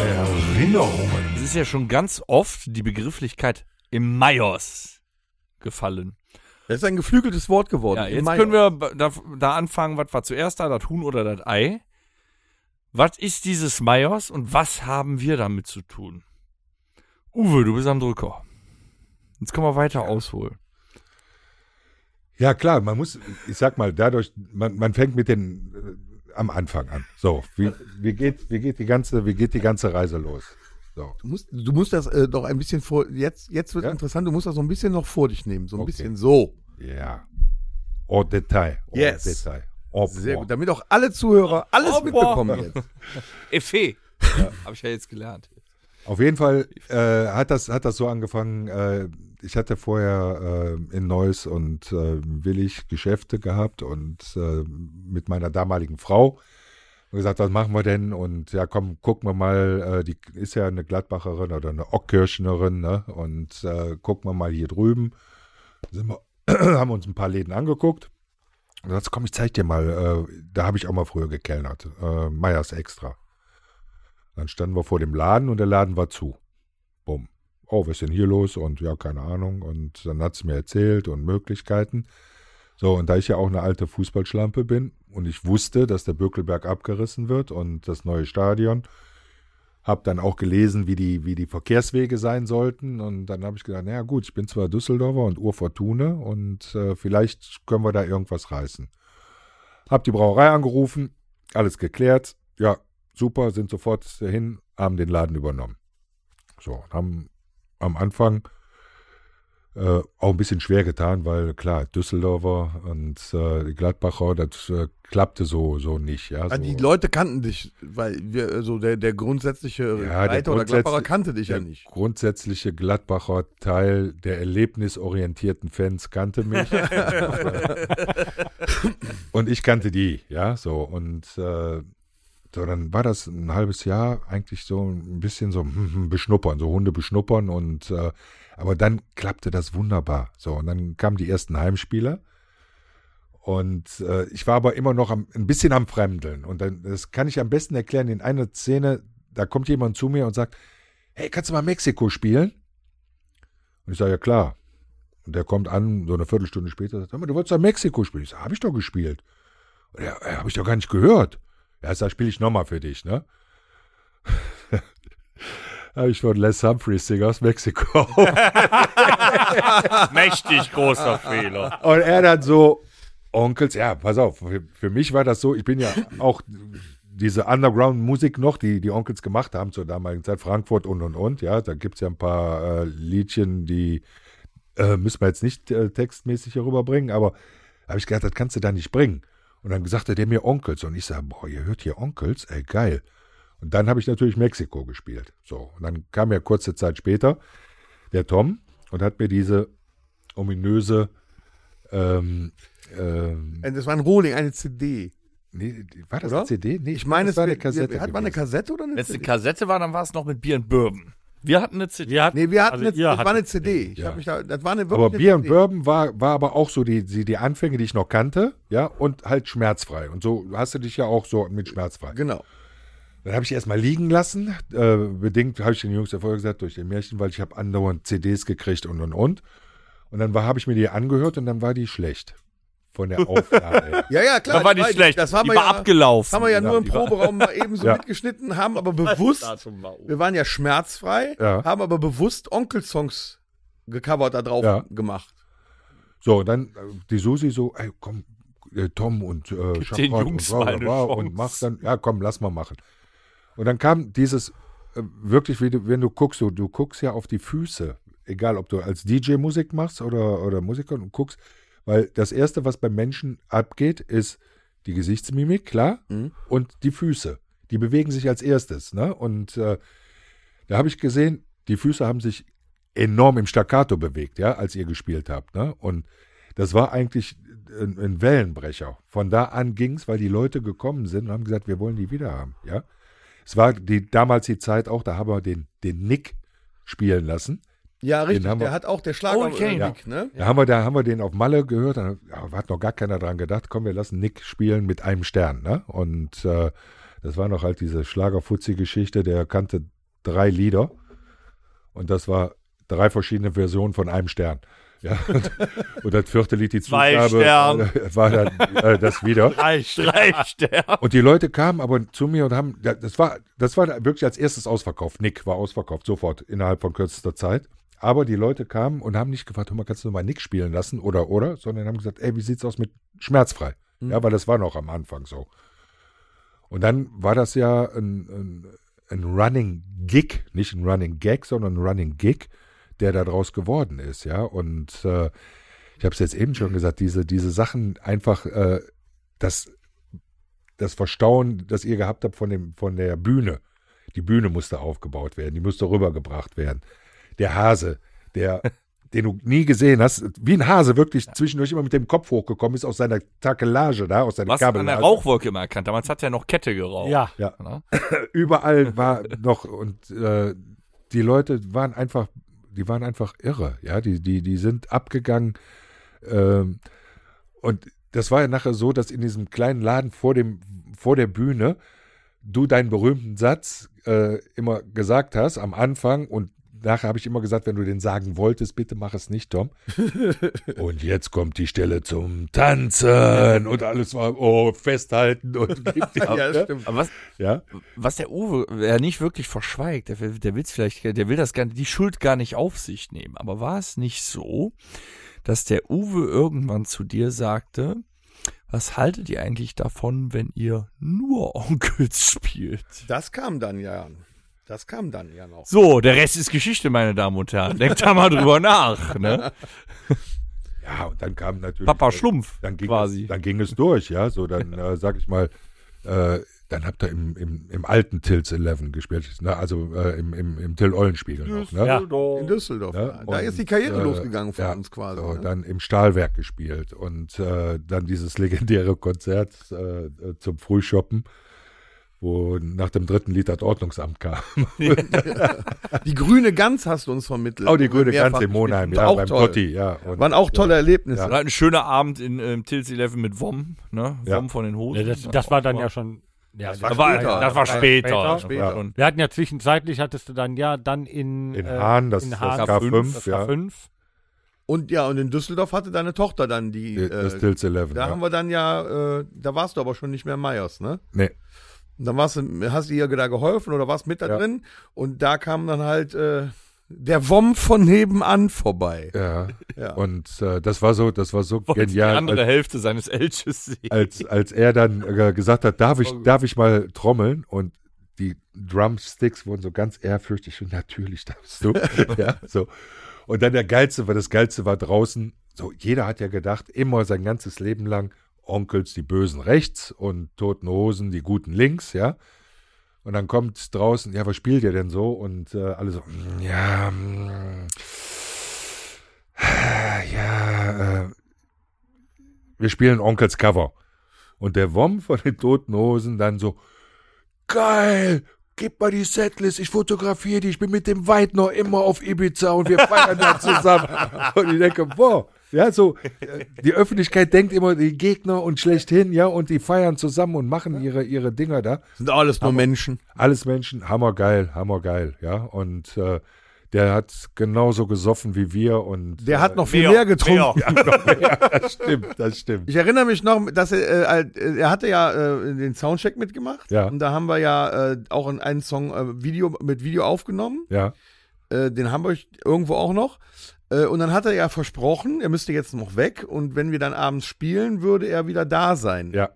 Erinnerungen. Es ist ja schon ganz oft die Begrifflichkeit im Maios gefallen. Das ist ein geflügeltes Wort geworden. Ja, Im jetzt Mai. können wir b- da, da anfangen, was war zuerst da, das Huhn oder das Ei? Was ist dieses Maios und was haben wir damit zu tun? Uwe, du bist am Drücker. Jetzt können wir weiter ausholen. Ja, klar, man muss, ich sag mal, dadurch, man, man fängt mit den äh, am Anfang an. So, wie, wie, geht, wie, geht die ganze, wie geht die ganze Reise los? So. Du musst, du musst das äh, noch ein bisschen vor. Jetzt, jetzt wird Ja? interessant, du musst das so ein bisschen noch vor dich nehmen. So ein Okay. bisschen so. Ja. Au Detail. Au Yes. Detail. Au Sehr point. gut. Damit auch alle Zuhörer alles Oh, boah. mitbekommen jetzt. Effe. Habe ich ja jetzt gelernt. Auf jeden Fall äh, hat, das, hat das so angefangen. Äh, ich hatte vorher äh, in Neuss und äh, Willig Geschäfte gehabt und äh, mit meiner damaligen Frau und gesagt, was machen wir denn? Und ja, komm, gucken wir mal, äh, die ist ja eine Gladbacherin oder eine Ockkirchnerin, ne? Und äh, gucken wir mal hier drüben. Sind wir, haben uns ein paar Läden angeguckt. Und gesagt, komm, ich zeig dir mal, äh, da habe ich auch mal früher gekellnert. Äh, Meyers extra. Dann standen wir vor dem Laden und der Laden war zu. Bumm. Oh, was ist denn hier los? Und ja, keine Ahnung. Und dann hat es mir erzählt und Möglichkeiten. So, und da ich ja auch eine alte Fußballschlampe bin und ich wusste, dass der Bökelberg abgerissen wird und das neue Stadion, habe dann auch gelesen, wie die, wie die Verkehrswege sein sollten. Und dann habe ich gedacht, naja gut, ich bin zwar Düsseldorfer und Urfortune und äh, vielleicht können wir da irgendwas reißen. Hab die Brauerei angerufen, alles geklärt. Ja, super, sind sofort hin, haben den Laden übernommen. So, und haben am Anfang äh, auch ein bisschen schwer getan, weil klar, Düsseldorfer und äh, die Gladbacher, das äh, klappte so, so nicht. Ja, so. Also die Leute kannten dich, weil wir, also der, der grundsätzliche Ja, der Reiter oder grundsätzlich- Klapperer kannte dich ja der nicht. grundsätzliche Gladbacher Teil der erlebnisorientierten Fans kannte mich. und ich kannte die, ja, so. Und äh, so, dann war das ein halbes Jahr eigentlich so ein bisschen so hm, hm, beschnuppern, so Hunde beschnuppern und äh, aber dann klappte das wunderbar. So, und dann kamen die ersten Heimspieler. Und äh, ich war aber immer noch am, ein bisschen am Fremdeln. Und dann, das kann ich am besten erklären, in einer Szene, da kommt jemand zu mir und sagt, hey, kannst du mal Mexiko spielen? Und ich sage, ja klar. Und der kommt an, so eine Viertelstunde später, sagt, hör mal, du wolltest doch Mexiko spielen. Ich sage, habe ich doch gespielt. Ja, ja, hab ich doch gar nicht gehört. Ja, da spiele ich nochmal für dich, ne? Habe ich von Les Humphreys Singer aus Mexiko. Mächtig großer Fehler. Und er dann so, Onkels, ja, pass auf, für, für mich war das so, ich bin ja auch diese Underground-Musik noch, die die Onkels gemacht haben zur damaligen Zeit, Frankfurt und und und, ja, da gibt es ja ein paar äh, Liedchen, die äh, müssen wir jetzt nicht äh, textmäßig hier rüberbringen, aber habe ich gedacht, das kannst du da nicht bringen. Und dann sagte der mir Onkels und ich sage, boah, ihr hört hier Onkels, ey, geil. Und dann habe ich natürlich Mexiko gespielt. So, und dann kam ja kurze Zeit später der Tom und hat mir diese ominöse ähm, ähm, Äh, Das war ein Rolling, eine CD. nee, die- war das Oder? eine CD? Nee, Ich meine, das war wir- eine Kassette. Wir, hat man eine gewesen. Kassette oder eine Wenn es eine CD? Kassette war, dann war es noch mit Bier und Bourbon. Wir hatten eine CD. Wir hatten, Nee, wir hatten also eine, ihr das war hattet- eine CD. Ich ja. hab mich da, das war eine wirklich Aber eine Bier und CD. Bourbon war, war aber auch so die, die, die Anfänge, die ich noch kannte, ja, und halt schmerzfrei. Und so hast du dich ja auch so mit schmerzfrei. Genau. Dann habe ich erstmal liegen lassen. Äh, bedingt habe ich den Jungs ja vorher gesagt, durch den Märchen, weil ich habe andauernd CDs gekriegt und und und. Und dann war- habe ich mir die angehört und dann war die schlecht. Von der Aufnahme. her. Ja, ja, klar. Da war die nicht war- schlecht. Das haben die wir war ja, abgelaufen. haben wir ja nur im die war- Proberaum mal eben so Ja. mitgeschnitten, haben aber bewusst, wir waren ja schmerzfrei, Ja. haben aber bewusst Onkel-Songs gecovert da drauf Ja. gemacht. So, und dann äh, die Susi so, ey, komm, äh, Tom und äh, den Champagner Jungs und, bla, mal bla, eine bla, Chance. und mach dann, ja komm, lass mal machen. Und dann kam dieses, äh, wirklich, wie du, wenn du guckst, du, du guckst ja auf die Füße, egal ob du als DJ Musik machst oder, oder Musiker und guckst, weil das Erste, was beim Menschen abgeht, ist die Gesichtsmimik, klar, und die Füße. Die bewegen sich als erstes. Ne? Und äh, da habe ich gesehen, die Füße haben sich enorm im Staccato bewegt, ja, als ihr gespielt habt. Ne? Und das war eigentlich ein, ein Wellenbrecher. Von da an ging es, weil die Leute gekommen sind und haben gesagt, wir wollen die wieder haben. Ja? Es war die, damals die Zeit auch, da haben wir den, den Nick spielen lassen. Ja, richtig. haben wir- Der hat auch der Schlager. Oh, ich kenn ihn. Nick, ne? Da haben wir, da haben wir den auf Malle gehört, dann ja, hat noch gar keiner dran gedacht, komm, wir lassen Nick spielen mit einem Stern. Ne? Und äh, das war noch halt diese Schlagerfutzi-Geschichte, der kannte drei Lieder und das war drei verschiedene Versionen von einem Stern. Ja, und, und das vierte Lied, die Zwei Zugabe, Stern. äh, war dann äh, das wieder. Drei, drei Sterne. Und die Leute kamen aber zu mir und haben, ja, das war, das war wirklich als erstes ausverkauft. Nick war ausverkauft, sofort, innerhalb von kürzester Zeit. Aber die Leute kamen und haben nicht gefragt, hör mal, kannst du mal Nick spielen lassen oder, oder, sondern haben gesagt, ey, wie sieht's aus mit schmerzfrei? Ja, weil das war noch am Anfang so. Und dann war das ja ein, ein, ein Running Gig, nicht ein Running Gag, sondern ein Running Gig, der daraus geworden ist, ja. Und äh, ich habe es jetzt eben schon gesagt, diese, diese Sachen einfach, äh, das, das Verstauen, das ihr gehabt habt von, dem, von der Bühne. Die Bühne musste aufgebaut werden, die musste rübergebracht werden. Der Hase, der, den du nie gesehen hast, wie ein Hase wirklich zwischendurch immer mit dem Kopf hochgekommen ist, aus seiner Takelage da, aus seiner Was an der Kabellage. Rauchwolke immer erkannt. Damals hat er noch Kette geraucht. also- ne? Ja, überall war noch und äh, die Leute waren einfach, die waren einfach irre, ja, die, die, die sind abgegangen ähm, und das war ja nachher so, dass in diesem kleinen Laden vor dem, vor der Bühne du deinen berühmten Satz äh, immer gesagt hast am Anfang und nachher habe ich immer gesagt, wenn du den sagen wolltest, bitte mach es nicht, Tom. und jetzt kommt die Stelle zum Tanzen und alles war, oh, festhalten und gib dir, Ja, stimmt. Aber was, ja. was der Uwe er nicht wirklich verschweigt, der, will- der will vielleicht, der will das gar, die Schuld gar nicht auf sich nehmen. Aber war es nicht so, dass der Uwe irgendwann zu dir sagte, was haltet ihr eigentlich davon, wenn ihr nur Onkels spielt? Das kam dann ja. Das kam dann ja noch. So, der Rest ist Geschichte, meine Damen und Herren. Denkt da mal drüber nach. Ne? Ja, und dann kam natürlich. äh, Papa Schlumpf dann ging quasi. Es, dann ging es durch, ja. So, dann äh, sag ich mal, äh, dann habt ihr im, im, im alten Tilts 11 gespielt, ne? also äh, im, im, im Till Eulenspiegel noch, ne? ja. In Düsseldorf. Ne? ja. Da Und, ist die Karriere äh, losgegangen von ja, uns quasi. So, ne? Dann im Stahlwerk gespielt und äh, dann dieses legendäre Konzert äh, äh, zum Frühshoppen, wo nach dem dritten Lied das Ordnungsamt kam. Die grüne Gans hast du uns vermittelt. Oh, die grüne Mehrfach Gans in Monheim, gespielt. ja, Auch beim toll. Totti, ja. Und, Waren auch tolle Erlebnisse. War halt ein schöner Abend in ähm, Tills 11 mit Wom, ne? Ja. Wom von den Hosen. Ja, das, das war dann ja schon. Ja, das, war war, später. das war später. Das war Später. schon- Wir hatten ja zwischenzeitlich, hattest du dann ja dann in, In äh, Hahn, das- in das Hahn, K5, das ja. K5. Und ja, und in Düsseldorf hatte deine Tochter dann die. Das äh, Tilts 11. da ja. haben wir dann ja, äh, da warst du aber schon nicht mehr in Meyers, ne? nee. Und dann warst du, hast du ihr da geholfen oder warst mit da Ja. drin und da kam dann halt äh, der Wom von nebenan vorbei. Ja. Ja. Und äh, das war so, das war so Wollte die genial, also andere als, Hälfte seines Elches sehen. als, als er dann äh, gesagt hat, darf ich, darf ich mal trommeln? Und die Drumsticks wurden so ganz ehrfürchtig und natürlich darfst du. ja, so. Und dann der geilste war, das geilste war draußen. So, jeder hat ja gedacht, immer sein ganzes Leben lang, Onkels die Bösen rechts und Toten Hosen die Guten links, ja. Und dann kommt draußen, ja, was spielt ihr denn so? Und äh, alle so, mm, ja, mm, ja, äh, wir spielen Onkels Cover. Und der Wom von den Toten Hosen dann so, geil, gib mal die Setlist, ich fotografiere die, ich bin mit dem Weid noch immer auf Ibiza und wir feiern da zusammen. Und ich denke, boah, ja, so, äh, die Öffentlichkeit denkt immer, die Gegner und schlechthin, ja, und die feiern zusammen und machen ihre, ihre Dinger da. Sind alles nur Menschen. Alles Menschen, hammergeil, hammergeil, ja. Und äh, der hat genauso gesoffen wie wir und äh, Der hat noch viel Mehr, mehr getrunken. mehr. das stimmt, das stimmt. Ich erinnere mich noch, dass er, äh, äh, er hatte ja äh, den Soundcheck mitgemacht. Ja. Und da haben wir ja äh, auch in einen Song äh, Video, mit Video aufgenommen. Ja, Äh, den haben wir euch irgendwo auch noch. Äh, und dann hat er ja versprochen, er müsste jetzt noch weg. Und wenn wir dann abends spielen, würde er wieder da sein. ja.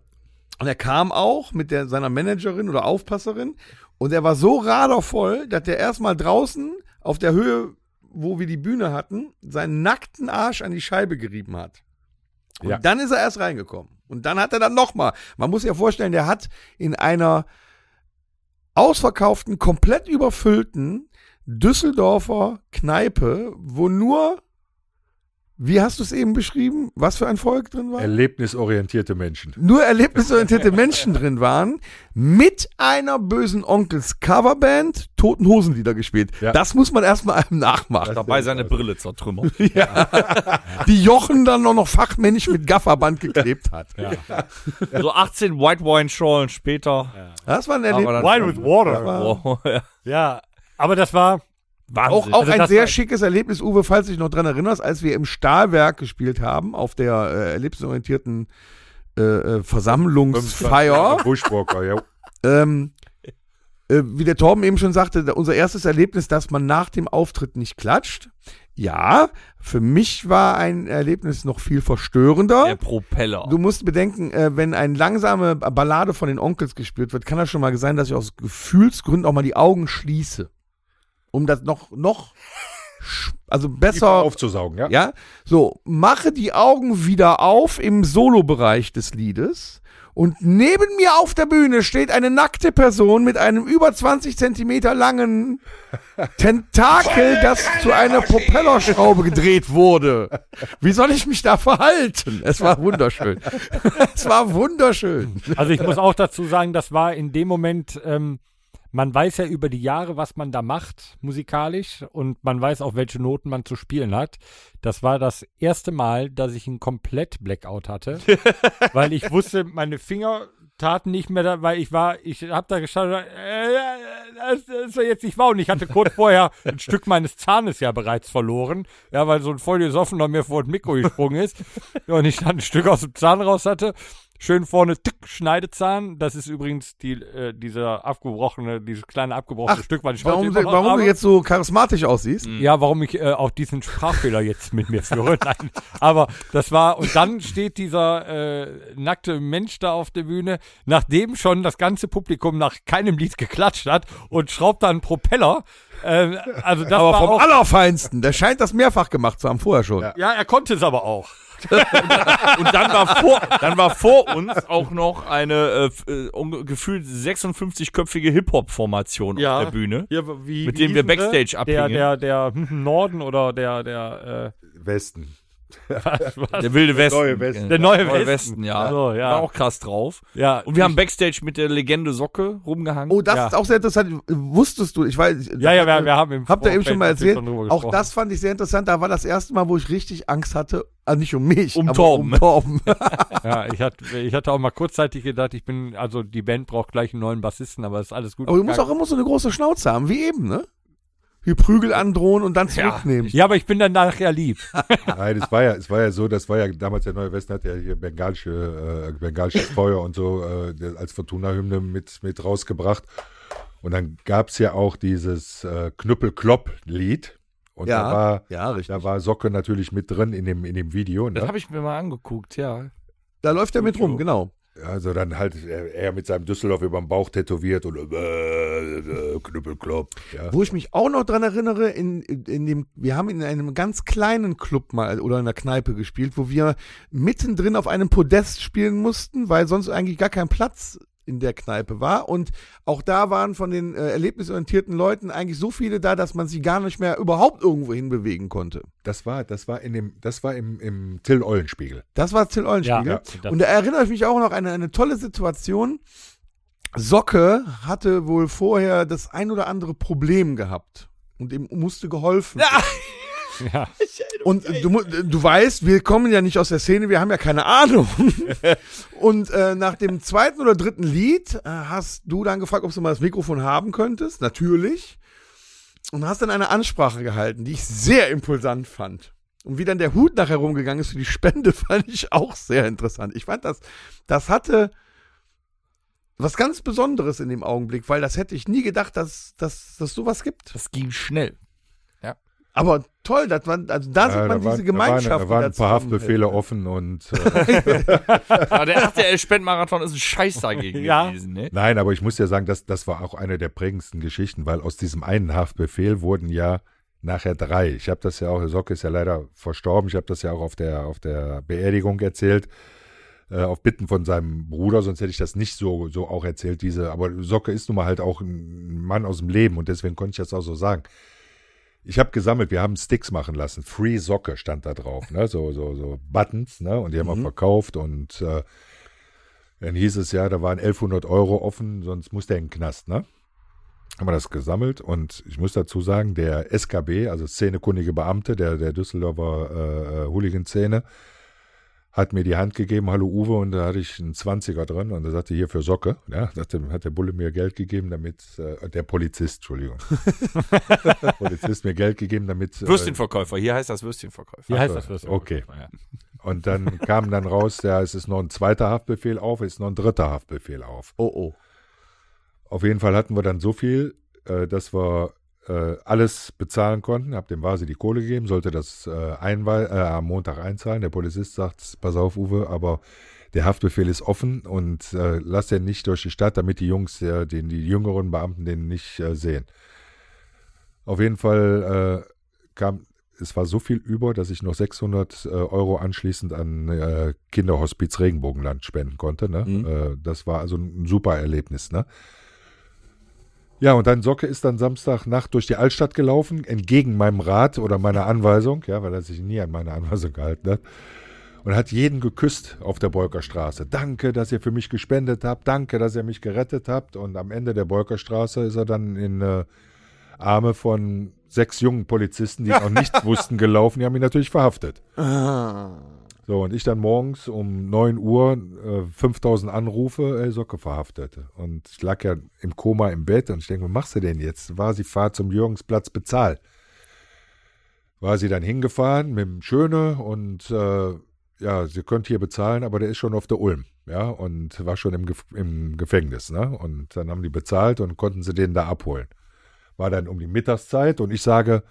Und er kam auch mit der, seiner Managerin oder Aufpasserin. Und er war so radervoll, dass er erstmal draußen auf der Höhe, wo wir die Bühne hatten, seinen nackten Arsch an die Scheibe gerieben hat. Und Ja. dann ist er erst reingekommen. Und dann hat er dann nochmal. Man muss sich ja vorstellen, der hat in einer ausverkauften, komplett überfüllten Düsseldorfer Kneipe, wo nur, wie hast du es eben beschrieben, was für ein Volk drin war? Erlebnisorientierte Menschen. nur erlebnisorientierte Menschen drin waren, mit einer bösen Onkels Coverband Toten Hosenlieder gespielt. Ja. Das muss man erstmal einem nachmachen. Dabei seine Brille zertrümmert. Die Jochen dann auch noch fachmännisch mit Gafferband geklebt hat. So 18 White Wine Schorlen später. Das war ein Erlebnis. dann- Wine with Water. Wow, ja. Ja, aber das war Auch, Wahnsinn. auch Also ein das sehr war- schickes Erlebnis, Uwe, falls du dich noch dran erinnerst, als wir im Stahlwerk gespielt haben, auf der äh, erlebnisorientierten äh, äh, Versammlungsfeier. Buschburger, ja. ähm, äh, wie der Torben eben schon sagte, da- unser erstes Erlebnis, dass man nach dem Auftritt nicht klatscht. Ja, für mich war ein Erlebnis noch viel verstörender. der Propeller. Du musst bedenken, äh, wenn eine langsame Ballade von den Onkels gespielt wird, kann das schon mal sein, dass ich aus Gefühlsgründen auch mal die Augen schließe. Um das noch, noch, sch- also besser Aufzusaugen, ja. ja, so, mache die Augen wieder auf im Solobereich des Liedes. Und neben mir auf der Bühne steht eine nackte Person mit einem über 20 Zentimeter langen Tentakel, das zu einer Propellerschraube gedreht wurde. Wie soll ich mich da verhalten? Es war wunderschön. Es war wunderschön. Also ich muss auch dazu sagen, das war in dem Moment, ähm, man weiß ja über die Jahre, was man da macht musikalisch und man weiß auch, welche Noten man zu spielen hat. Das war das erste Mal, dass ich einen komplett Blackout hatte, weil ich wusste, meine Finger taten nicht mehr, da, weil ich war, ich habe da geschaut, äh, das, das ist doch jetzt nicht wahr und ich hatte kurz vorher ein Stück meines Zahnes ja bereits verloren, ja, weil so ein vollgesoffener mir vor das Mikro gesprungen ist und ich dann ein Stück aus dem Zahn raus hatte Schön vorne tick, Schneidezahn. Das ist übrigens die, äh, dieser abgebrochene, dieses kleine abgebrochene Stück, weil ich Warum, heute du- immer noch warum habe. du jetzt so charismatisch aussiehst? Hm. Ja, warum ich äh, auch diesen Sprachfehler jetzt mit mir führe. Nein, aber das war, und dann steht dieser äh, nackte Mensch da auf der Bühne, nachdem schon das ganze Publikum nach keinem Lied geklatscht hat und schraubt da einen Propeller. Äh, also das Aber war vom auch, Allerfeinsten. Der scheint das mehrfach gemacht zu haben, vorher schon. Ja, er konnte es aber auch. Und dann war vor, dann war vor uns auch noch eine äh, f- äh, unge- gefühlt 56-köpfige Hip-Hop-Formation Ja. auf der Bühne. Hier, wie, Mit wie dem wir hießen Backstage sie? abhingen. Der, der, der Norden oder der, der, äh, Westen. Der wilde Westen. neue Westen. Der neue Westen. ja. So, ja. War auch krass drauf. ja. Und wir haben Backstage mit der Legende Socke rumgehangen. Oh, das Ja. ist auch sehr interessant. Wusstest du, ich weiß. Ja, ja, wir, wir haben im Habt ihr eben Vorfeld schon mal natürlich erzählt? schon drüber Auch gesprochen. das fand ich sehr interessant. Da war das erste Mal, wo ich richtig Angst hatte. Also nicht um mich, Um aber Torben. um Torben. Ja, ich hatte, ich hatte auch mal kurzzeitig gedacht, ich bin, also die Band braucht gleich einen neuen Bassisten, aber ist alles gut. aber du musst auch gegangen. immer so eine große Schnauze haben, wie eben, ne? hier Prügel androhen und dann zurücknehmen. Ja, aber ich bin dann nachher lieb. Nein, es war ja, es war ja so, das war ja damals der Neue Westen hat ja hier bengalische, äh, bengalisches Feuer und so äh, der- als Fortuna-Hymne mit, mit rausgebracht. Und dann gab es ja auch dieses äh, Knüppel-Klopp-Lied. Und Ja, da war, ja, richtig. da war Socke natürlich mit drin in dem, in dem Video. Das Ne? habe ich mir mal angeguckt, ja. Da läuft er mit rum, genau. Also dann halt er, er mit seinem Düsseldorf über dem Bauch tätowiert und äh, äh, Knüppel-Klopp. Ja. Wo ich mich auch noch dran erinnere, in, in dem, wir haben in einem ganz kleinen Club mal oder in einer Kneipe gespielt, wo wir mittendrin auf einem Podest spielen mussten, weil sonst eigentlich gar kein Platz in der Kneipe war. Und auch da waren von den äh, erlebnisorientierten Leuten eigentlich so viele da, dass man sie gar nicht mehr überhaupt irgendwo hinbewegen konnte. Das war, das war in dem, das war im, im Till Eulenspiegel. Das war Till Eulenspiegel. Ja, ja. Und da erinnere ich mich auch noch an eine, eine tolle Situation. Socke hatte wohl vorher das ein oder andere Problem gehabt und ihm musste geholfen. werden. Ja. Und du, mu- du weißt, wir kommen ja nicht aus der Szene, wir haben ja keine Ahnung. Und äh, nach dem zweiten oder dritten Lied äh, hast du dann gefragt, ob du mal das Mikrofon haben könntest. Natürlich. Und hast dann eine Ansprache gehalten, die ich sehr impulsant fand. Und wie dann der Hut nachher rumgegangen ist für die Spende, fand ich auch sehr interessant. Ich fand das, das hatte was ganz Besonderes in dem Augenblick, weil das hätte ich nie gedacht, dass, dass, dass sowas gibt. Das ging schnell. Aber toll, das waren, also da sieht Ja, man diese waren- Gemeinschaft. Da waren, da waren die ein paar zusammenhält. Haftbefehle offen und äh, Aber der RTL-Spendmarathon ist ein Scheiß dagegen Ja. gewesen, ne? nein, aber ich muss ja sagen, das, das war auch eine der prägendsten Geschichten, weil aus diesem einen Haftbefehl wurden ja nachher drei. Ich habe das ja auch, Socke ist ja leider verstorben, ich habe das ja auch auf der, auf der Beerdigung erzählt, äh, auf Bitten von seinem Bruder, sonst hätte ich das nicht so, so auch erzählt, diese, aber Socke ist nun mal halt auch ein Mann aus dem Leben und deswegen konnte ich das auch so sagen. Ich habe gesammelt, wir haben Sticks machen lassen. Free Socke stand da drauf, ne? So, so, so Buttons, ne? Und die haben wir verkauft und äh, dann hieß es ja, da waren 1100 Euro offen, sonst muss der in den Knast, ne? Haben wir das gesammelt und ich muss dazu sagen, der SKB, also szenekundige Beamte der, der Düsseldorfer äh, Hooligan-Szene, hat mir die Hand gegeben, hallo Uwe, und da hatte ich einen 20er drin und er sagte, hier für Socke. Ja, sagte, hat der Bulle mir Geld gegeben, damit, äh, der Polizist, Entschuldigung. der Polizist mir Geld gegeben, damit. äh, Würstchenverkäufer, hier heißt das Würstchenverkäufer. Wie heißt das? das? okay. Und dann kam dann raus, ja, es ist noch ein zweiter Haftbefehl auf, es ist noch ein dritter Haftbefehl auf. Oh oh. Auf jeden Fall hatten wir dann so viel, äh, dass wir äh, alles bezahlen konnten. Hab dem Vasi die Kohle gegeben, sollte das äh, einwei- äh, am Montag einzahlen. Der Polizist sagt, pass auf, Uwe, aber der Haftbefehl ist offen und äh, lass den nicht durch die Stadt, damit die Jungs, äh, den, die jüngeren Beamten den nicht äh, sehen. Auf jeden Fall äh, kam, es war so viel über, dass ich noch 600 äh, Euro anschließend an äh, Kinderhospiz Regenbogenland spenden konnte. Ne? Äh, das war also ein super Erlebnis. Ne? Ja, und dann Socke ist dann Samstagnacht durch die Altstadt gelaufen, entgegen meinem Rat oder meiner Anweisung, ja, weil er sich nie an meine Anweisung gehalten hat. Und hat jeden geküsst auf der Bolker Straße. Danke, dass ihr für mich gespendet habt. Danke, dass ihr mich gerettet habt. Und am Ende der Bolker Straße ist er dann in äh, Arme von sechs jungen Polizisten, die noch nichts wussten, gelaufen. Die haben ihn natürlich verhaftet. So, und ich dann morgens um 9 Uhr äh, 5000 Anrufe, äh, Socke verhaftet. Und ich lag ja im Koma im Bett und ich denke, was machst du denn jetzt? War sie Fahrt zum Jürgensplatz bezahlt. War sie dann hingefahren mit dem Schöne und äh, ja, sie könnt hier bezahlen, aber der ist schon auf der Ulm, ja, und war schon im, Gef im Gefängnis, ne? Und dann haben die bezahlt und konnten sie den da abholen. War dann um die Mittagszeit und ich sage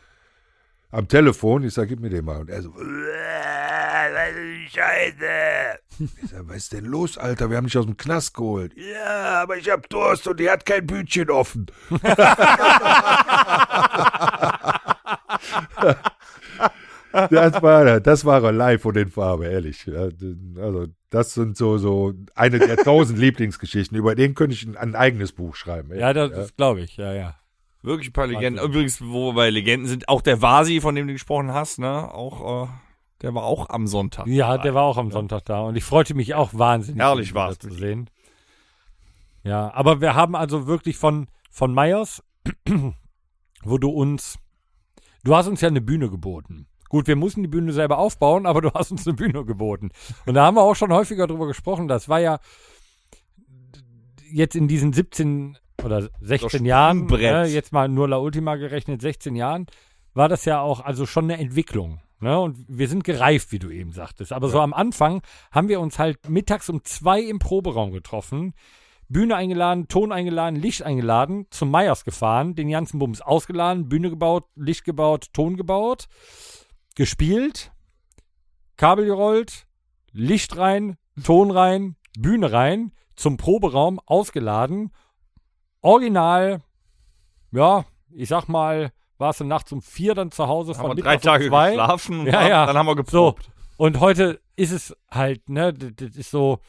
am Telefon, ich sage, gib mir den mal. Und er so, Scheiße. Ich sag, was ist denn los, Alter? Wir haben dich aus dem Knast geholt. Ja, aber ich hab Durst und die hat kein Bütchen offen. Das war, er, das war er live und in Farbe, ehrlich. Ja, Also, das sind so, so eine der tausend Lieblingsgeschichten. Über den könnte ich ein, ein eigenes Buch schreiben. echt. Ja, das, das glaube ich, ja, ja. Wirklich ein paar Legenden. Übrigens, wo wir bei Legenden sind, auch der Vasi, von dem du gesprochen hast, ne? Auch, äh, der war auch am Sonntag. Ja, der war auch am Sonntag da und ich freute mich auch wahnsinnig, Herrlich ihn war's wieder zu mit sehen. Ja, aber wir haben also wirklich von, von Meyers, wo du uns, du hast uns ja eine Bühne geboten. Gut, wir mussten die Bühne selber aufbauen, aber du hast uns eine Bühne geboten. Und da haben wir auch schon häufiger drüber gesprochen. Das war ja jetzt in diesen 17 oder 16 Das Jahren, ne, Sprungbrett. jetzt mal nur La Ultima gerechnet, 16 Jahren, war das ja auch also schon eine Entwicklung. Ne? Und wir sind gereift, wie du eben sagtest. Aber so am Anfang haben wir uns halt mittags um zwei im Proberaum getroffen, Bühne eingeladen, Ton eingeladen, Licht eingeladen, zum Meyers gefahren, den ganzen Bums ausgeladen, Bühne gebaut, Licht gebaut, Ton gebaut, gespielt, Kabel gerollt, Licht rein, Ton rein, Bühne rein, zum Proberaum ausgeladen. Original, ja, ich sag mal, warst du nachts um vier dann zu Hause von Haben wir drei mittags Tage um zwei. geschlafen und Ja, ab- ja. dann haben wir So, geprobt. und heute ist es halt, ne, d- d- das ist so,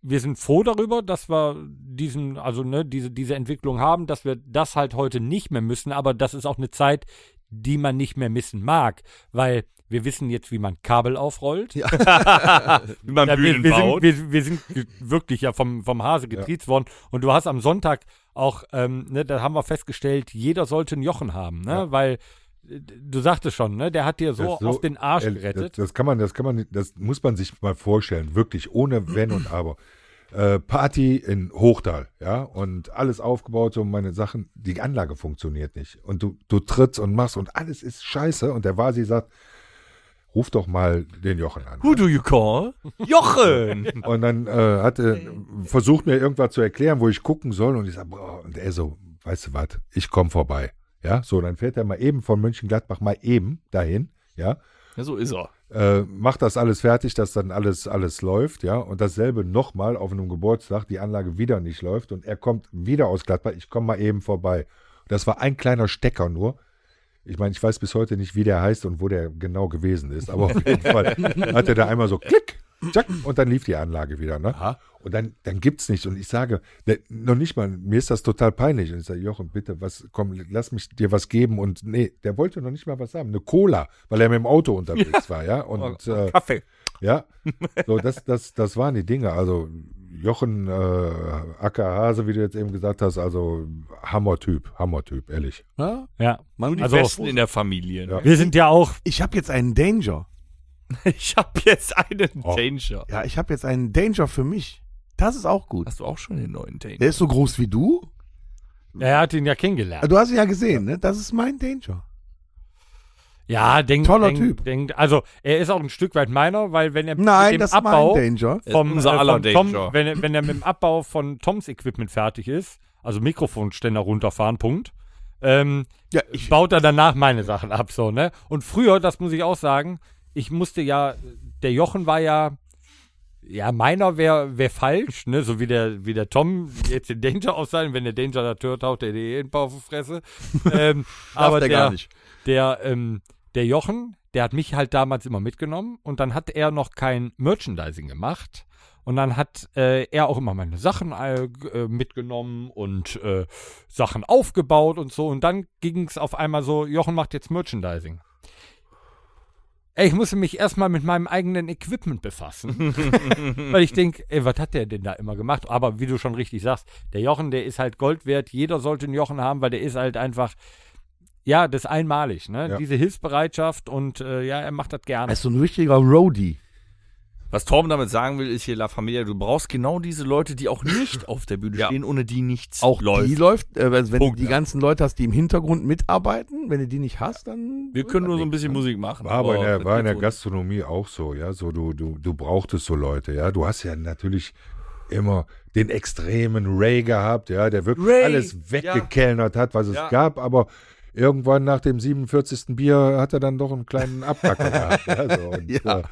wir sind froh darüber, dass wir diesen, also ne, diese, diese Entwicklung haben, dass wir das halt heute nicht mehr müssen, aber das ist auch eine Zeit, die man nicht mehr missen mag, weil wir wissen jetzt, wie man Kabel aufrollt. Wie man Ja, wir, Bühnen wir, sind, baut. wir, wir sind ge- wirklich ja vom, vom Hase getriezt worden. Und du hast am Sonntag auch, ähm, ne, da haben wir festgestellt, jeder sollte einen Jochen haben, ne? Weil äh, du sagtest schon, ne, der hat dir so, Das ist so- auf den Arsch Ehrlich, gerettet. Das, das kann man, das kann man, das muss man sich mal vorstellen, wirklich ohne Wenn und Aber. Äh, Party in Hochtal, ja, und alles aufgebaut und meine Sachen, die Anlage funktioniert nicht. Und du, du trittst und machst und alles ist scheiße. Und der Vasi sagt, ruf doch mal den Jochen an. Who do you call? Jochen! Und dann äh, hatte versucht mir irgendwas zu erklären, wo ich gucken soll. Und ich sag, boah, und er so, weißt du was, ich komme vorbei. Ja, so, dann fährt er mal eben von Mönchengladbach mal eben dahin, ja. ja, so ist er. äh, macht das alles fertig, dass dann alles, alles läuft, ja. Und dasselbe nochmal auf einem Geburtstag, die Anlage wieder nicht läuft und er kommt wieder aus Gladbach, ich komme mal eben vorbei. Das war ein kleiner Stecker nur. Ich meine, ich weiß bis heute nicht, wie der heißt und wo der genau gewesen ist, aber auf jeden Fall hat er da einmal so klick, tschack, und dann lief die Anlage wieder, ne? Und dann, dann gibt's nichts. Und ich sage, ne, noch nicht mal, mir ist das total peinlich. Und ich sage, Jochen, bitte, was, komm, lass mich dir was geben. Und nee, der wollte noch nicht mal was haben. Eine Cola, weil er mit dem Auto unterwegs war, ja. Und äh, Kaffee. ja, so, das, das, das waren die Dinge. Also Jochen äh, Acker Hase, wie du jetzt eben gesagt hast, also Hammertyp, Hammertyp, ehrlich. Ja? Ja, Mann, Die Also- Besten in der Familie. Ja. wir sind ja auch, ich habe jetzt einen Danger. Ich habe jetzt einen Oh. Danger. Ja, ich habe jetzt einen Danger für mich. Das ist auch gut. Hast du auch schon den neuen Danger? Der ist so groß wie du. er hat ihn ja kennengelernt. Du hast ihn ja gesehen, ne? Das ist mein Danger. Ja, denkt, Toller denkt, Typ. Denkt, also er ist auch ein Stück weit meiner, weil wenn er Nein, mit dem das ist Abbau mein Danger. Das ist vom, unser äh, aller vom Tom, Danger. wenn, er- wenn er mit dem Abbau von Toms Equipment fertig ist, also Mikrofonständer runterfahren, Punkt. Ähm, Ja, ich, baut er danach meine Sachen ab, so, ne? Und früher, das muss ich auch sagen, ich musste ja, der Jochen war ja, ja, meiner wäre wär falsch, ne? So wie der, wie der Tom jetzt den Danger aussehen, wenn der Danger da Tür taucht, der die eh einen Paar auf die Fresse. Ähm, aber der, der gar nicht. Der, ähm, der Jochen, der hat mich halt damals immer mitgenommen und dann hat er noch kein Merchandising gemacht. Und dann hat äh, er auch immer meine Sachen äh, g- äh, mitgenommen und äh, Sachen aufgebaut und so. Und dann ging es auf einmal so, Jochen macht jetzt Merchandising. Ey, ich musste mich erstmal mit meinem eigenen Equipment befassen. Weil ich denke, ey, was hat der denn da immer gemacht? Aber wie du schon richtig sagst, der Jochen, der ist halt Gold wert. Jeder sollte einen Jochen haben, weil der ist halt einfach, ja, das ist einmalig, ne? Ja. Diese Hilfsbereitschaft und äh, ja, er macht das Er gerne. ist so ein richtiger Roadie. Was Torben damit sagen will, ist hier La Familia, du brauchst genau diese Leute, die auch nicht auf der Bühne stehen, ohne die nichts Auch läuft. die läuft, äh, wenn wenn Punkt, du die ja. ganzen Leute hast, die im Hintergrund mitarbeiten, wenn du die nicht hast, dann. Wir können nur so ein bisschen Musik machen. War aber in der, Oh, das war in der geht so. Gastronomie auch so, ja. So, du, du, du brauchtest so Leute, ja. Du hast ja natürlich immer den extremen Ray gehabt, ja, der wirklich Ray, alles weggekellnert hat, was es Ja. gab, aber irgendwann nach dem 47. Bier hat er dann doch einen kleinen Abpacker gehabt. Ja, so, und, Ja. äh,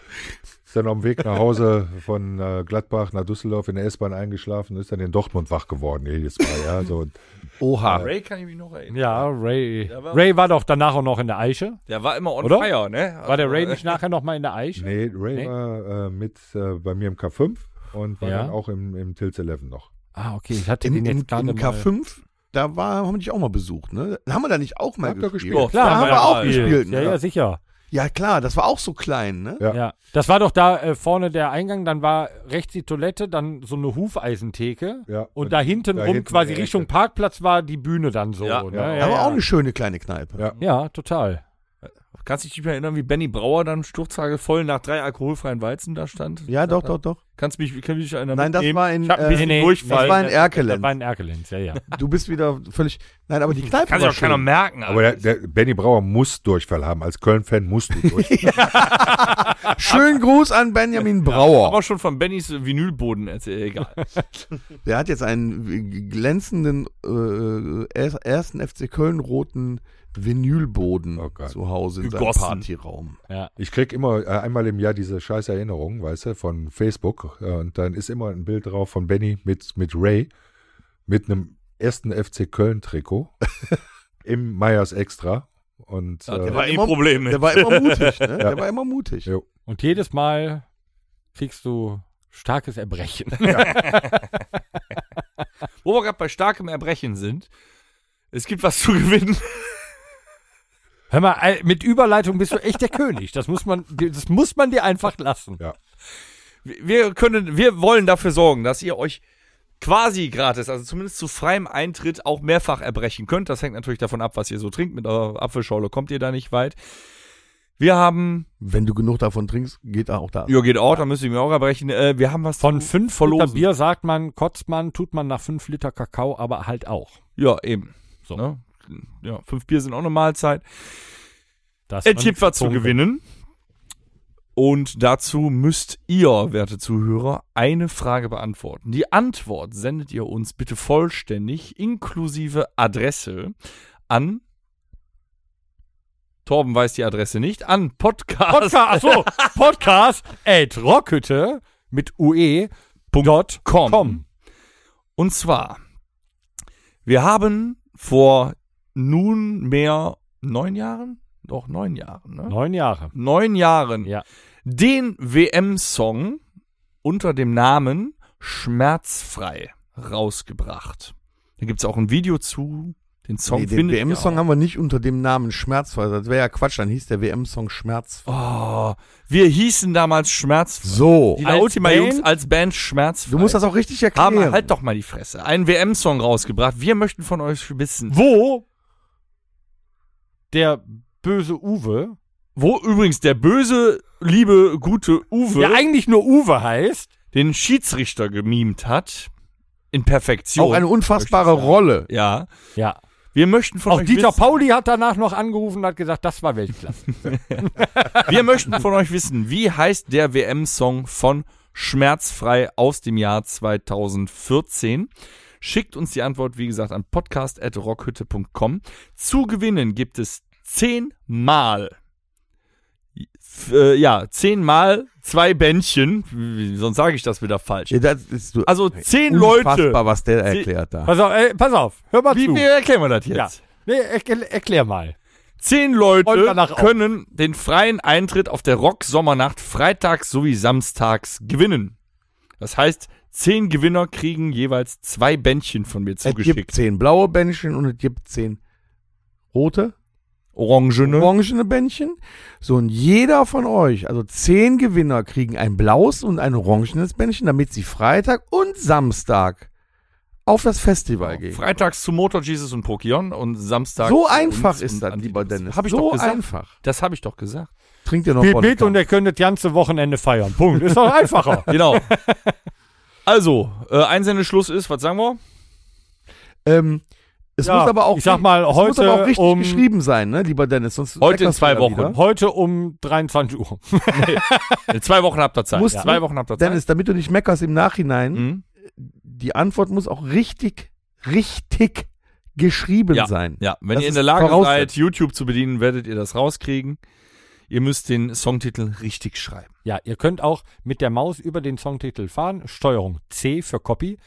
ist dann auf dem Weg nach Hause von äh, Gladbach nach Düsseldorf in der S-Bahn eingeschlafen, ist dann in Dortmund wach geworden jedes Mal, ja. So, und Oha. Ray kann ich mich noch erinnern. Ja, Ray. Ja, war- Ray war doch danach auch noch in der Eiche. Der war immer on Oder? fire, ne? War der Ray nicht nachher nochmal in der Eiche? nee, Ray Nee. war äh, mit äh, bei mir im K5 und war Ja. dann auch im, im Tilts 11 noch. Ah, okay, ich hatte Im, den im, jetzt im gerade mal- K5, da war, haben wir dich auch mal besucht, ne? Da haben wir da nicht auch mal Habt ihr gespielt? gespielt? Doch, Klar, Da haben wir auch gespielt. gespielt. Ja, Ne? ja, sicher. Ja, klar, das war auch so klein, ne? Ja. Ja. Das war doch da äh, vorne der Eingang, dann war rechts die Toilette, dann so eine Hufeisentheke. Ja. Und, da hinten da rum, hinten quasi die Richtung Ecke. Parkplatz, war die Bühne dann so. Ja, ne? ja. ja, Da war ja. auch eine schöne kleine Kneipe. Ja. Ja, total. Kannst dich nicht mehr erinnern, wie Benny Brauer dann sturztage voll nach drei alkoholfreien Weizen da stand? Ja, doch, doch, doch. Kannst mich, kann mich erinnern. Nein, das war in, Ich hab ein äh, bisschen Ähm, nee, Durchfall. das war in Das war Erkelenz. in Erkelenz, ja, ja. Du bist wieder völlig. Nein, aber die Kneipe kann sich war auch keiner schön. merken. Aber Alter. der, der Benny Brauer muss Durchfall haben. Als Köln-Fan musst du Durchfall Schönen Gruß an Benjamin Brauer. Aber schon von Bennys Vinylboden erzählt, egal. Der hat jetzt einen glänzenden äh, er- ersten FC Köln roten Vinylboden Oh Gott. zu Hause in seinem Gegossen. Partyraum. Ich krieg immer äh, einmal im Jahr diese scheiß Erinnerung, weißt du, von Facebook. Äh, und dann ist immer ein Bild drauf von Benny mit, mit Ray mit einem ersten FC Köln-Trikot im Meyers Extra. Und Der äh, war eh immer- Problem mit. Der war immer mutig, ne? Der war immer mutig. Ja. Und jedes Mal kriegst du starkes Erbrechen. Wo wir gerade bei starkem Erbrechen sind, es gibt was zu gewinnen. Hör mal, ey, mit Überleitung bist du echt der König. Das muss man, das muss man dir einfach lassen. Wir können, wir wollen dafür sorgen, dass ihr euch quasi gratis, also zumindest zu freiem Eintritt auch mehrfach erbrechen könnt. Das hängt natürlich davon ab, was ihr so trinkt. Mit eurer Apfelschorle kommt ihr da nicht weit. Wir haben, Wenn du genug davon trinkst, geht er auch da. ja geht auch, da müsst ihr mir auch erbrechen. Äh, wir haben was Von zu fünf Liter verlosen. Bier sagt man, kotzt man, tut man nach fünf Liter Kakao, aber halt auch. Ja, eben. So. Ne? Ja, fünf Bier sind auch eine Mahlzeit. Das Es gibt was zu gewinnen. Und dazu müsst ihr, werte Zuhörer, eine Frage beantworten. Die Antwort sendet ihr uns bitte vollständig inklusive Adresse an. Torben weiß die Adresse nicht. An Podcast. Podcast, achso, Podcast at rockhütte mit ue dot com. com. Und zwar, wir haben vor nunmehr neun Jahren, doch neun Jahren, ne? Neun Jahre. neun Jahren Ja. den WM-Song unter dem Namen Schmerzfrei rausgebracht. Da gibt es auch ein Video zu. Den Song Nee, den findet ihr WM-Song auch. haben wir nicht unter dem Namen Schmerzfrei. Das wäre ja Quatsch, dann hieß der WM-Song Schmerzfrei. Oh, wir hießen damals Schmerzfrei. So. Die Als La Ultima Jungs Band? als Band Schmerzfrei. Du musst das auch richtig erklären. haben halt doch mal die Fresse. Einen WM-Song rausgebracht. Wir möchten von euch wissen, Wo der böse Uwe, wo übrigens der böse, liebe, gute Uwe der eigentlich nur Uwe heißt, den Schiedsrichter gemimt hat. In Perfektion. auch eine unfassbare Rolle. ja. ja. Wir möchten von Auch euch Dieter wissen, Pauli hat danach noch angerufen und hat gesagt, das war Weltklasse. Wir möchten von euch wissen, wie heißt der WM-Song von Schmerzfrei aus dem Jahr 2014? Schickt uns die Antwort, wie gesagt, an podcast.rockhütte.com. Zu gewinnen gibt es zehnmal. F- äh, Ja, zehnmal zwei Bändchen. Wie- Sonst sage ich das wieder falsch. Ja, das ist so Also zehn Leute. unfassbar, was der Sie- erklärt da. pass, auf, ey, pass auf, hör mal Wie, zu. wie erklären wir das jetzt? Ja. Nee, erklär, erklär mal. Zehn Und Leute danach auch. können den freien Eintritt auf der Rock-Sommernacht freitags sowie samstags gewinnen. Das heißt, zehn Gewinner kriegen jeweils zwei Bändchen von mir Es gibt zugeschickt. zehn blaue Bändchen und es gibt zehn rote. Orangene. orangene Bändchen. So, und jeder von euch, also zehn Gewinner, kriegen ein blaues und ein orangenes Bändchen, damit sie Freitag und Samstag auf das Festival gehen. Freitags zu Motor Jesus und Pokion und samstags. So zu einfach uns ist und das, lieber Antibus. Dennis. Hab ich so doch gesagt. einfach. Das habe ich doch gesagt. Trinkt ihr noch Spielt Wodka? mit und ihr könnt das ganze Wochenende feiern. Punkt. Ist doch einfacher. Genau. also, äh, Einsendeschluss ist, was sagen wir? ähm, es Ja, muss aber auch ich sag mal, es muss aber auch heute richtig um- geschrieben sein, ne, lieber Dennis. Sonst Heute in eckerst du zwei ja Wochen. wieder. Heute um 23 Uhr. In zwei Wochen habt ihr Zeit. Musst- zwei Wochen habt ihr Zeit. Dennis, damit du nicht meckerst im Nachhinein, Hm? die Antwort muss auch richtig, richtig geschrieben ja, sein. Ja, wenn Das ihr in ist der Lage seid, Voraussetzung. YouTube zu bedienen, werdet ihr das rauskriegen. Ihr müsst den Songtitel richtig schreiben. Ja, ihr könnt auch mit der Maus über den Songtitel fahren. Steuerung C für Copy.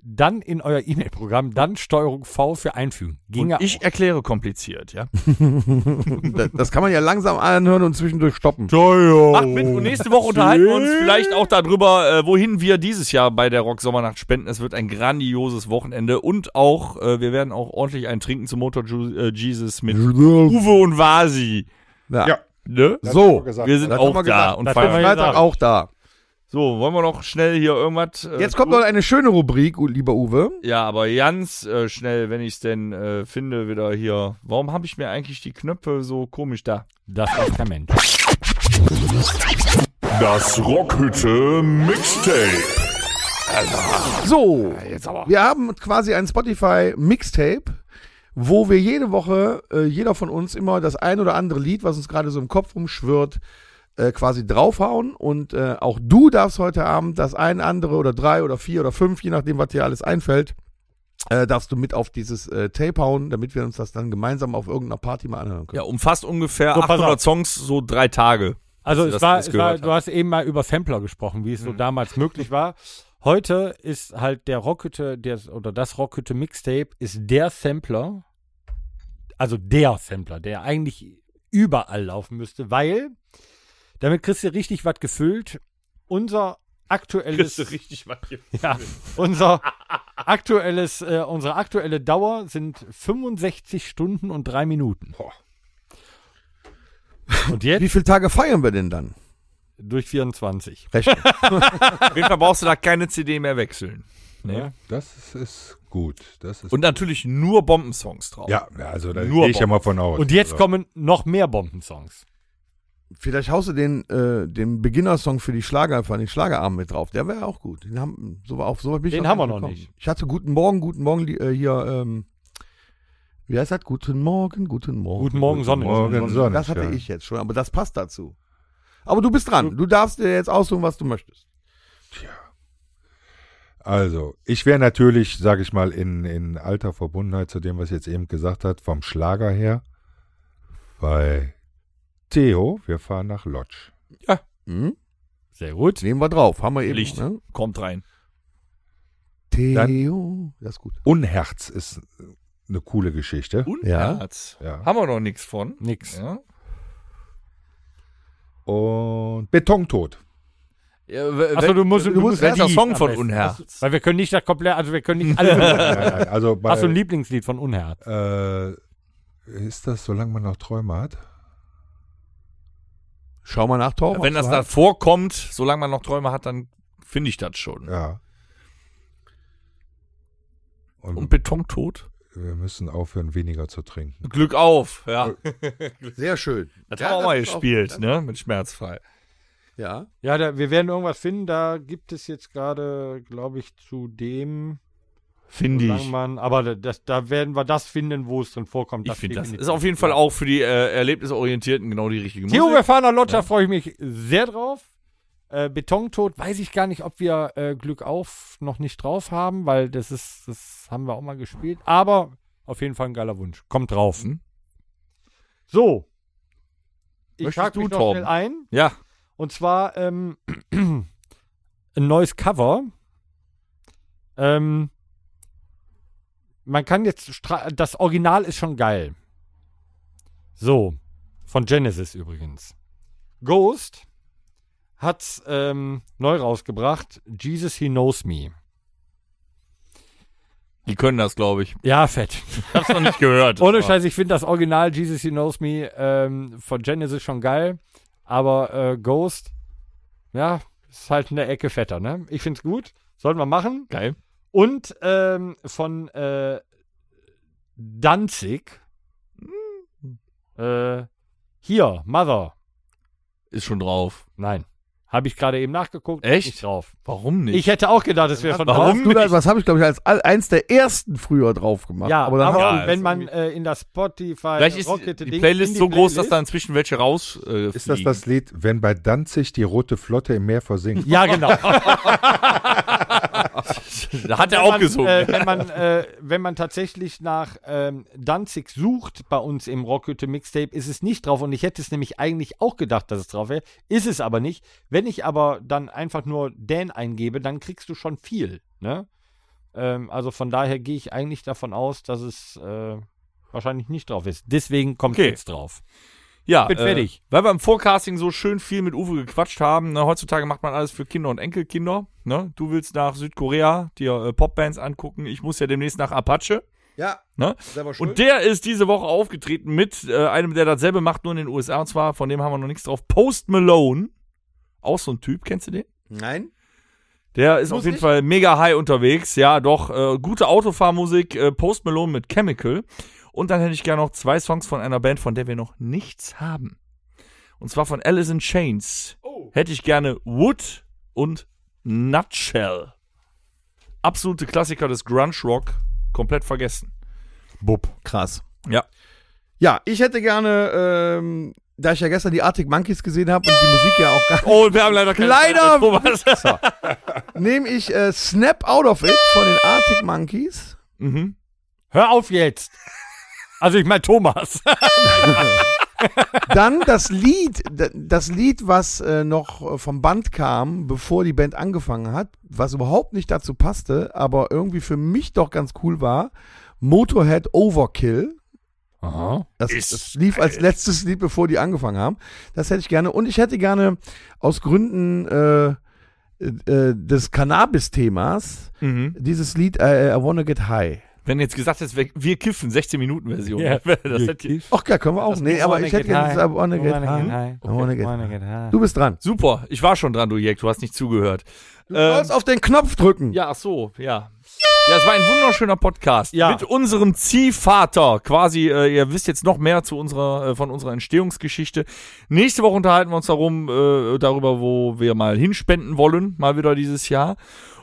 Dann in euer E-Mail-Programm, dann Steuerung V für Einfügen. Ging ja Und ich erkläre kompliziert, ja. Das, das kann man ja langsam anhören und zwischendurch stoppen. Macht mit und nächste Woche unterhalten wir uns vielleicht auch darüber, äh, wohin wir dieses Jahr bei der Rock Sommernacht spenden. Es wird ein grandioses Wochenende und auch, äh, wir werden auch ordentlich einen trinken zum Motor Ju äh, Jesus mit Uwe und Vasi. Ja. Ja. Ne? Das So, hat er gesagt. Wir sind Das haben auch wir da gesagt. und Das feiern. haben wir Freitag gesagt. auch da. So, wollen wir noch schnell hier irgendwas. äh, Jetzt kommt noch eine schöne Rubrik, U- lieber Uwe. Ja, aber ganz äh, schnell, wenn ich es denn äh, finde, wieder hier. Warum habe ich mir eigentlich die Knöpfe so komisch da? Das ist kein Mensch. Das Rockhütte Mixtape. So, Ah, wir haben quasi ein Spotify Mixtape, wo wir jede Woche, äh, jeder von uns immer das ein oder andere Lied, was uns gerade so im Kopf rumschwirrt, äh, quasi draufhauen. Und äh, auch du darfst heute Abend das ein, andere oder drei oder vier oder fünf, je nachdem, was dir alles einfällt, äh, darfst du mit auf dieses äh, Tape hauen, damit wir uns das dann gemeinsam auf irgendeiner Party mal anhören können. Ja, umfasst ungefähr So, pass 800 auf. Songs, so drei Tage. Also dass es du war, das es war gehört Mhm. du hast eben mal über Sampler gesprochen, wie es so damals möglich war. Heute ist halt der Rockhütte, der, oder das Rockhütte Mixtape ist der Sampler, also der Sampler, der eigentlich überall laufen müsste, weil damit kriegst du richtig was gefüllt. Unser aktuelles richtig was hier. ja, unser aktuelles, äh, unsere aktuelle Dauer sind 65 Stunden und drei Minuten. Und Wie jetzt viele Tage feiern wir denn dann? durch 24. Rechnen. Auf jeden Fall brauchst du da keine CD mehr wechseln. Ne? Ja. Das ist, ist gut. Das ist Und natürlich nur Bombensongs drauf. ja, ja, also da Nur gehe ich ja Bomben. mal von aus. Und jetzt also. kommen noch mehr Bombensongs. Vielleicht haust du den, äh, den Beginner-Song für die Schlager, für den Schlagerabend mit drauf. Der wäre auch gut. Den haben, so, war- auf so weit bin ich Den gar haben wir noch gekommen. nicht. Ich hatte Guten Morgen, Guten Morgen die, äh, hier, ähm, wie heißt das? Guten Morgen, Guten Morgen. Guten Morgen, Sonne. Morgen Sonne. das hatte ja. ich jetzt schon, aber das passt dazu. Aber du bist dran. Du darfst dir jetzt aussuchen, was du möchtest. Also, ich wäre natürlich, sage ich mal, in, in alter Verbundenheit zu dem, was jetzt eben gesagt hat, vom Schlager her bei Theo. Wir fahren nach Lodge. Hm? Sehr gut. Nehmen wir drauf. Haben wir eben. Licht. Ne? Kommt rein. Theo. Das ist gut. Unherz ist eine coole Geschichte. Und Ja. Herz. Ja. Haben wir noch nichts von. Nix. Ja. Und Betontod. Achso, du musst, du musst erst der die Song am von besten. Unherz. Weil wir können nicht das komplett, also wir können nicht alle. Nein, nein, also bei, Hast du ein Lieblingslied von Unherz? äh, ist das, solange man noch Träume hat? Schau mal nach, Torben. Wenn das da vorkommt, solange man noch Träume hat, dann finde ich das schon. Ja. Und, Und Betontod? wir müssen aufhören, weniger zu trinken. Glück auf. Ja. Sehr schön. Das Ja, haben wir auch mal ist auch- gespielt, ne? Mit Schmerzfrei. Ja. Ja, da, wir werden irgendwas finden. Da gibt es jetzt gerade, glaube ich, zu dem Finde ich. Langmann. Aber da- das, da werden wir das finden, wo es drin vorkommt. Ich finde das. definitiv. Ist auf jeden Fall auch für die äh, Erlebnisorientierten genau die richtige Theo, wir Musik. fahren nach Lodge, da freue ich mich sehr drauf. Äh, Betontod, weiß ich gar nicht, ob wir äh, Glück auf noch nicht drauf haben, weil das ist, das haben wir auch mal gespielt. Aber auf jeden Fall ein geiler Wunsch. Kommt drauf. Hm. So. Ich Möchtest hake mich du, noch Torben? schnell ein. Ja. Und zwar ähm, ein neues Cover. Ähm, man kann jetzt, stra- das Original ist schon geil. So, von Genesis übrigens. Ghost hat ähm, neu rausgebracht, Jesus He Knows Me. Die können das, glaube ich. Ja, fett. Hab's noch nicht gehört. Ohne Aber- Scheiß, ich finde das Original Jesus He Knows Me ähm, von Genesis schon geil, aber äh, Ghost, ja, ist halt in der Ecke fetter, ne? Ich find's gut, sollten wir machen. Geil. Und ähm, von äh, Danzig, äh, hier, Mother, Ist schon drauf. nein, habe ich gerade eben nachgeguckt. Echt? Nicht drauf. Warum nicht? Ich hätte auch gedacht, es wäre von Warum drauf. Du, nicht? das, was habe ich, glaube ich, als all- eins der ersten früher drauf gemacht. Ja, aber, dann hast Ja, wenn ist man äh, in das Spotify Vielleicht ist die, Rocket-Ding die in Playlist die so groß, dass Playlist- da inzwischen welche raus. Äh, Ist das das Lied, wenn bei Danzig die rote Flotte im Meer versinkt? Ja, genau. das? Hat Wenn er auch man, gesungen. Äh, wenn, man, äh, wenn man tatsächlich nach ähm, Danzig sucht bei uns im Rockhütte Mixtape, ist es nicht drauf. Und ich hätte es nämlich eigentlich auch gedacht, dass es drauf wäre. Ist es aber nicht. Wenn ich aber dann einfach nur Dan eingebe, dann kriegst du schon viel. Ne? Ähm, also von daher gehe ich eigentlich davon aus, dass es äh, wahrscheinlich nicht drauf ist. Deswegen kommt Okay. jetzt drauf. ja, äh, bin fertig. Weil wir im Forecasting so schön viel mit Uwe gequatscht haben. Ne? Heutzutage macht man alles für Kinder und Enkelkinder. Ne? Du willst nach Südkorea dir äh, Popbands angucken. Ich muss ja demnächst nach du, Apache. ja, Ne? selber schuld. Und der ist diese Woche aufgetreten mit äh, einem, der dasselbe macht, nur in den USA. Und zwar, von dem haben wir noch nichts drauf. Post Malone. Auch so ein Typ, kennst du den? Nein? Der ist Muss auf jeden ich? Fall mega high unterwegs. Ja, doch. Äh, gute Autofahrmusik, äh, Post Malone mit Chemical. Und dann hätte ich gerne noch zwei Songs von einer Band, von der wir noch nichts haben. Und zwar von Alice in Chains. Oh. Hätte ich gerne Wood und Nutshell. Absolute Klassiker des Grunge Rock. Komplett vergessen. Bub. Krass. Ja. Ja, ich hätte gerne, ähm, da ich ja gestern die Arctic Monkeys gesehen habe und die Musik ja auch gar Oh, und wir haben leider keine Leider! Thomas. nehme ich äh, Snap Out of It von den Arctic Monkeys. mhm. Hör auf jetzt. Also ich meine Thomas. Dann das Lied, d- das Lied, was äh, noch äh, vom Band kam, bevor die Band angefangen hat, was überhaupt nicht dazu passte, aber irgendwie für mich doch ganz cool war, Motorhead Overkill. Aha. Das, Ist das lief als letztes Lied, bevor die angefangen haben. Das hätte ich gerne. Und ich hätte gerne aus Gründen äh, äh, des Cannabis-Themas Mhm. dieses Lied äh, I Wanna Get High. Wenn jetzt gesagt ist, wir, wir kiffen, 16-Minuten-Version. Ja. das hätte, Ach ja, können wir auch. Nee, aber ich hätte gerne dieses I Wanna Get High. I wanna get high. Du bist dran. super, ich war schon dran, du Jack, du hast nicht zugehört. Du sollst auf den Knopf drücken. Ähm, Ja, ach so, ja. Ja, es war ein wunderschöner Podcast Ja. mit unserem Ziehvater. Quasi, äh, ihr wisst jetzt noch mehr zu unserer, äh, von unserer Entstehungsgeschichte. Nächste Woche unterhalten wir uns darum, äh, darüber, wo wir mal hinspenden wollen, mal wieder dieses Jahr.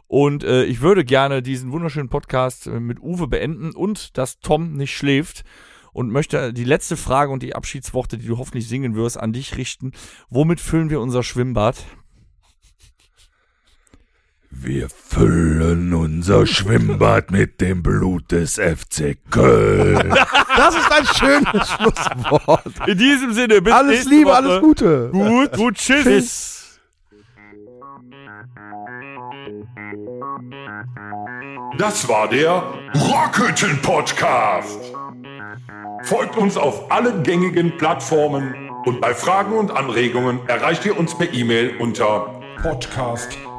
Und äh, ich würde gerne diesen wunderschönen Podcast äh, mit Uwe beenden und dass Tom nicht schläft und möchte die letzte Frage und die Abschiedsworte, die du hoffentlich singen wirst, an dich richten. Womit füllen wir unser Schwimmbad? Wir füllen unser Schwimmbad mit dem Blut des FC Köln. Das ist ein schönes Schlusswort. In diesem Sinne, bis Alles nächste Liebe, Woche. alles Gute. Gut, gut, tschüss. Das war der Rockhütten Podcast. Folgt uns auf allen gängigen Plattformen und bei Fragen und Anregungen erreicht ihr uns per E-Mail unter podcast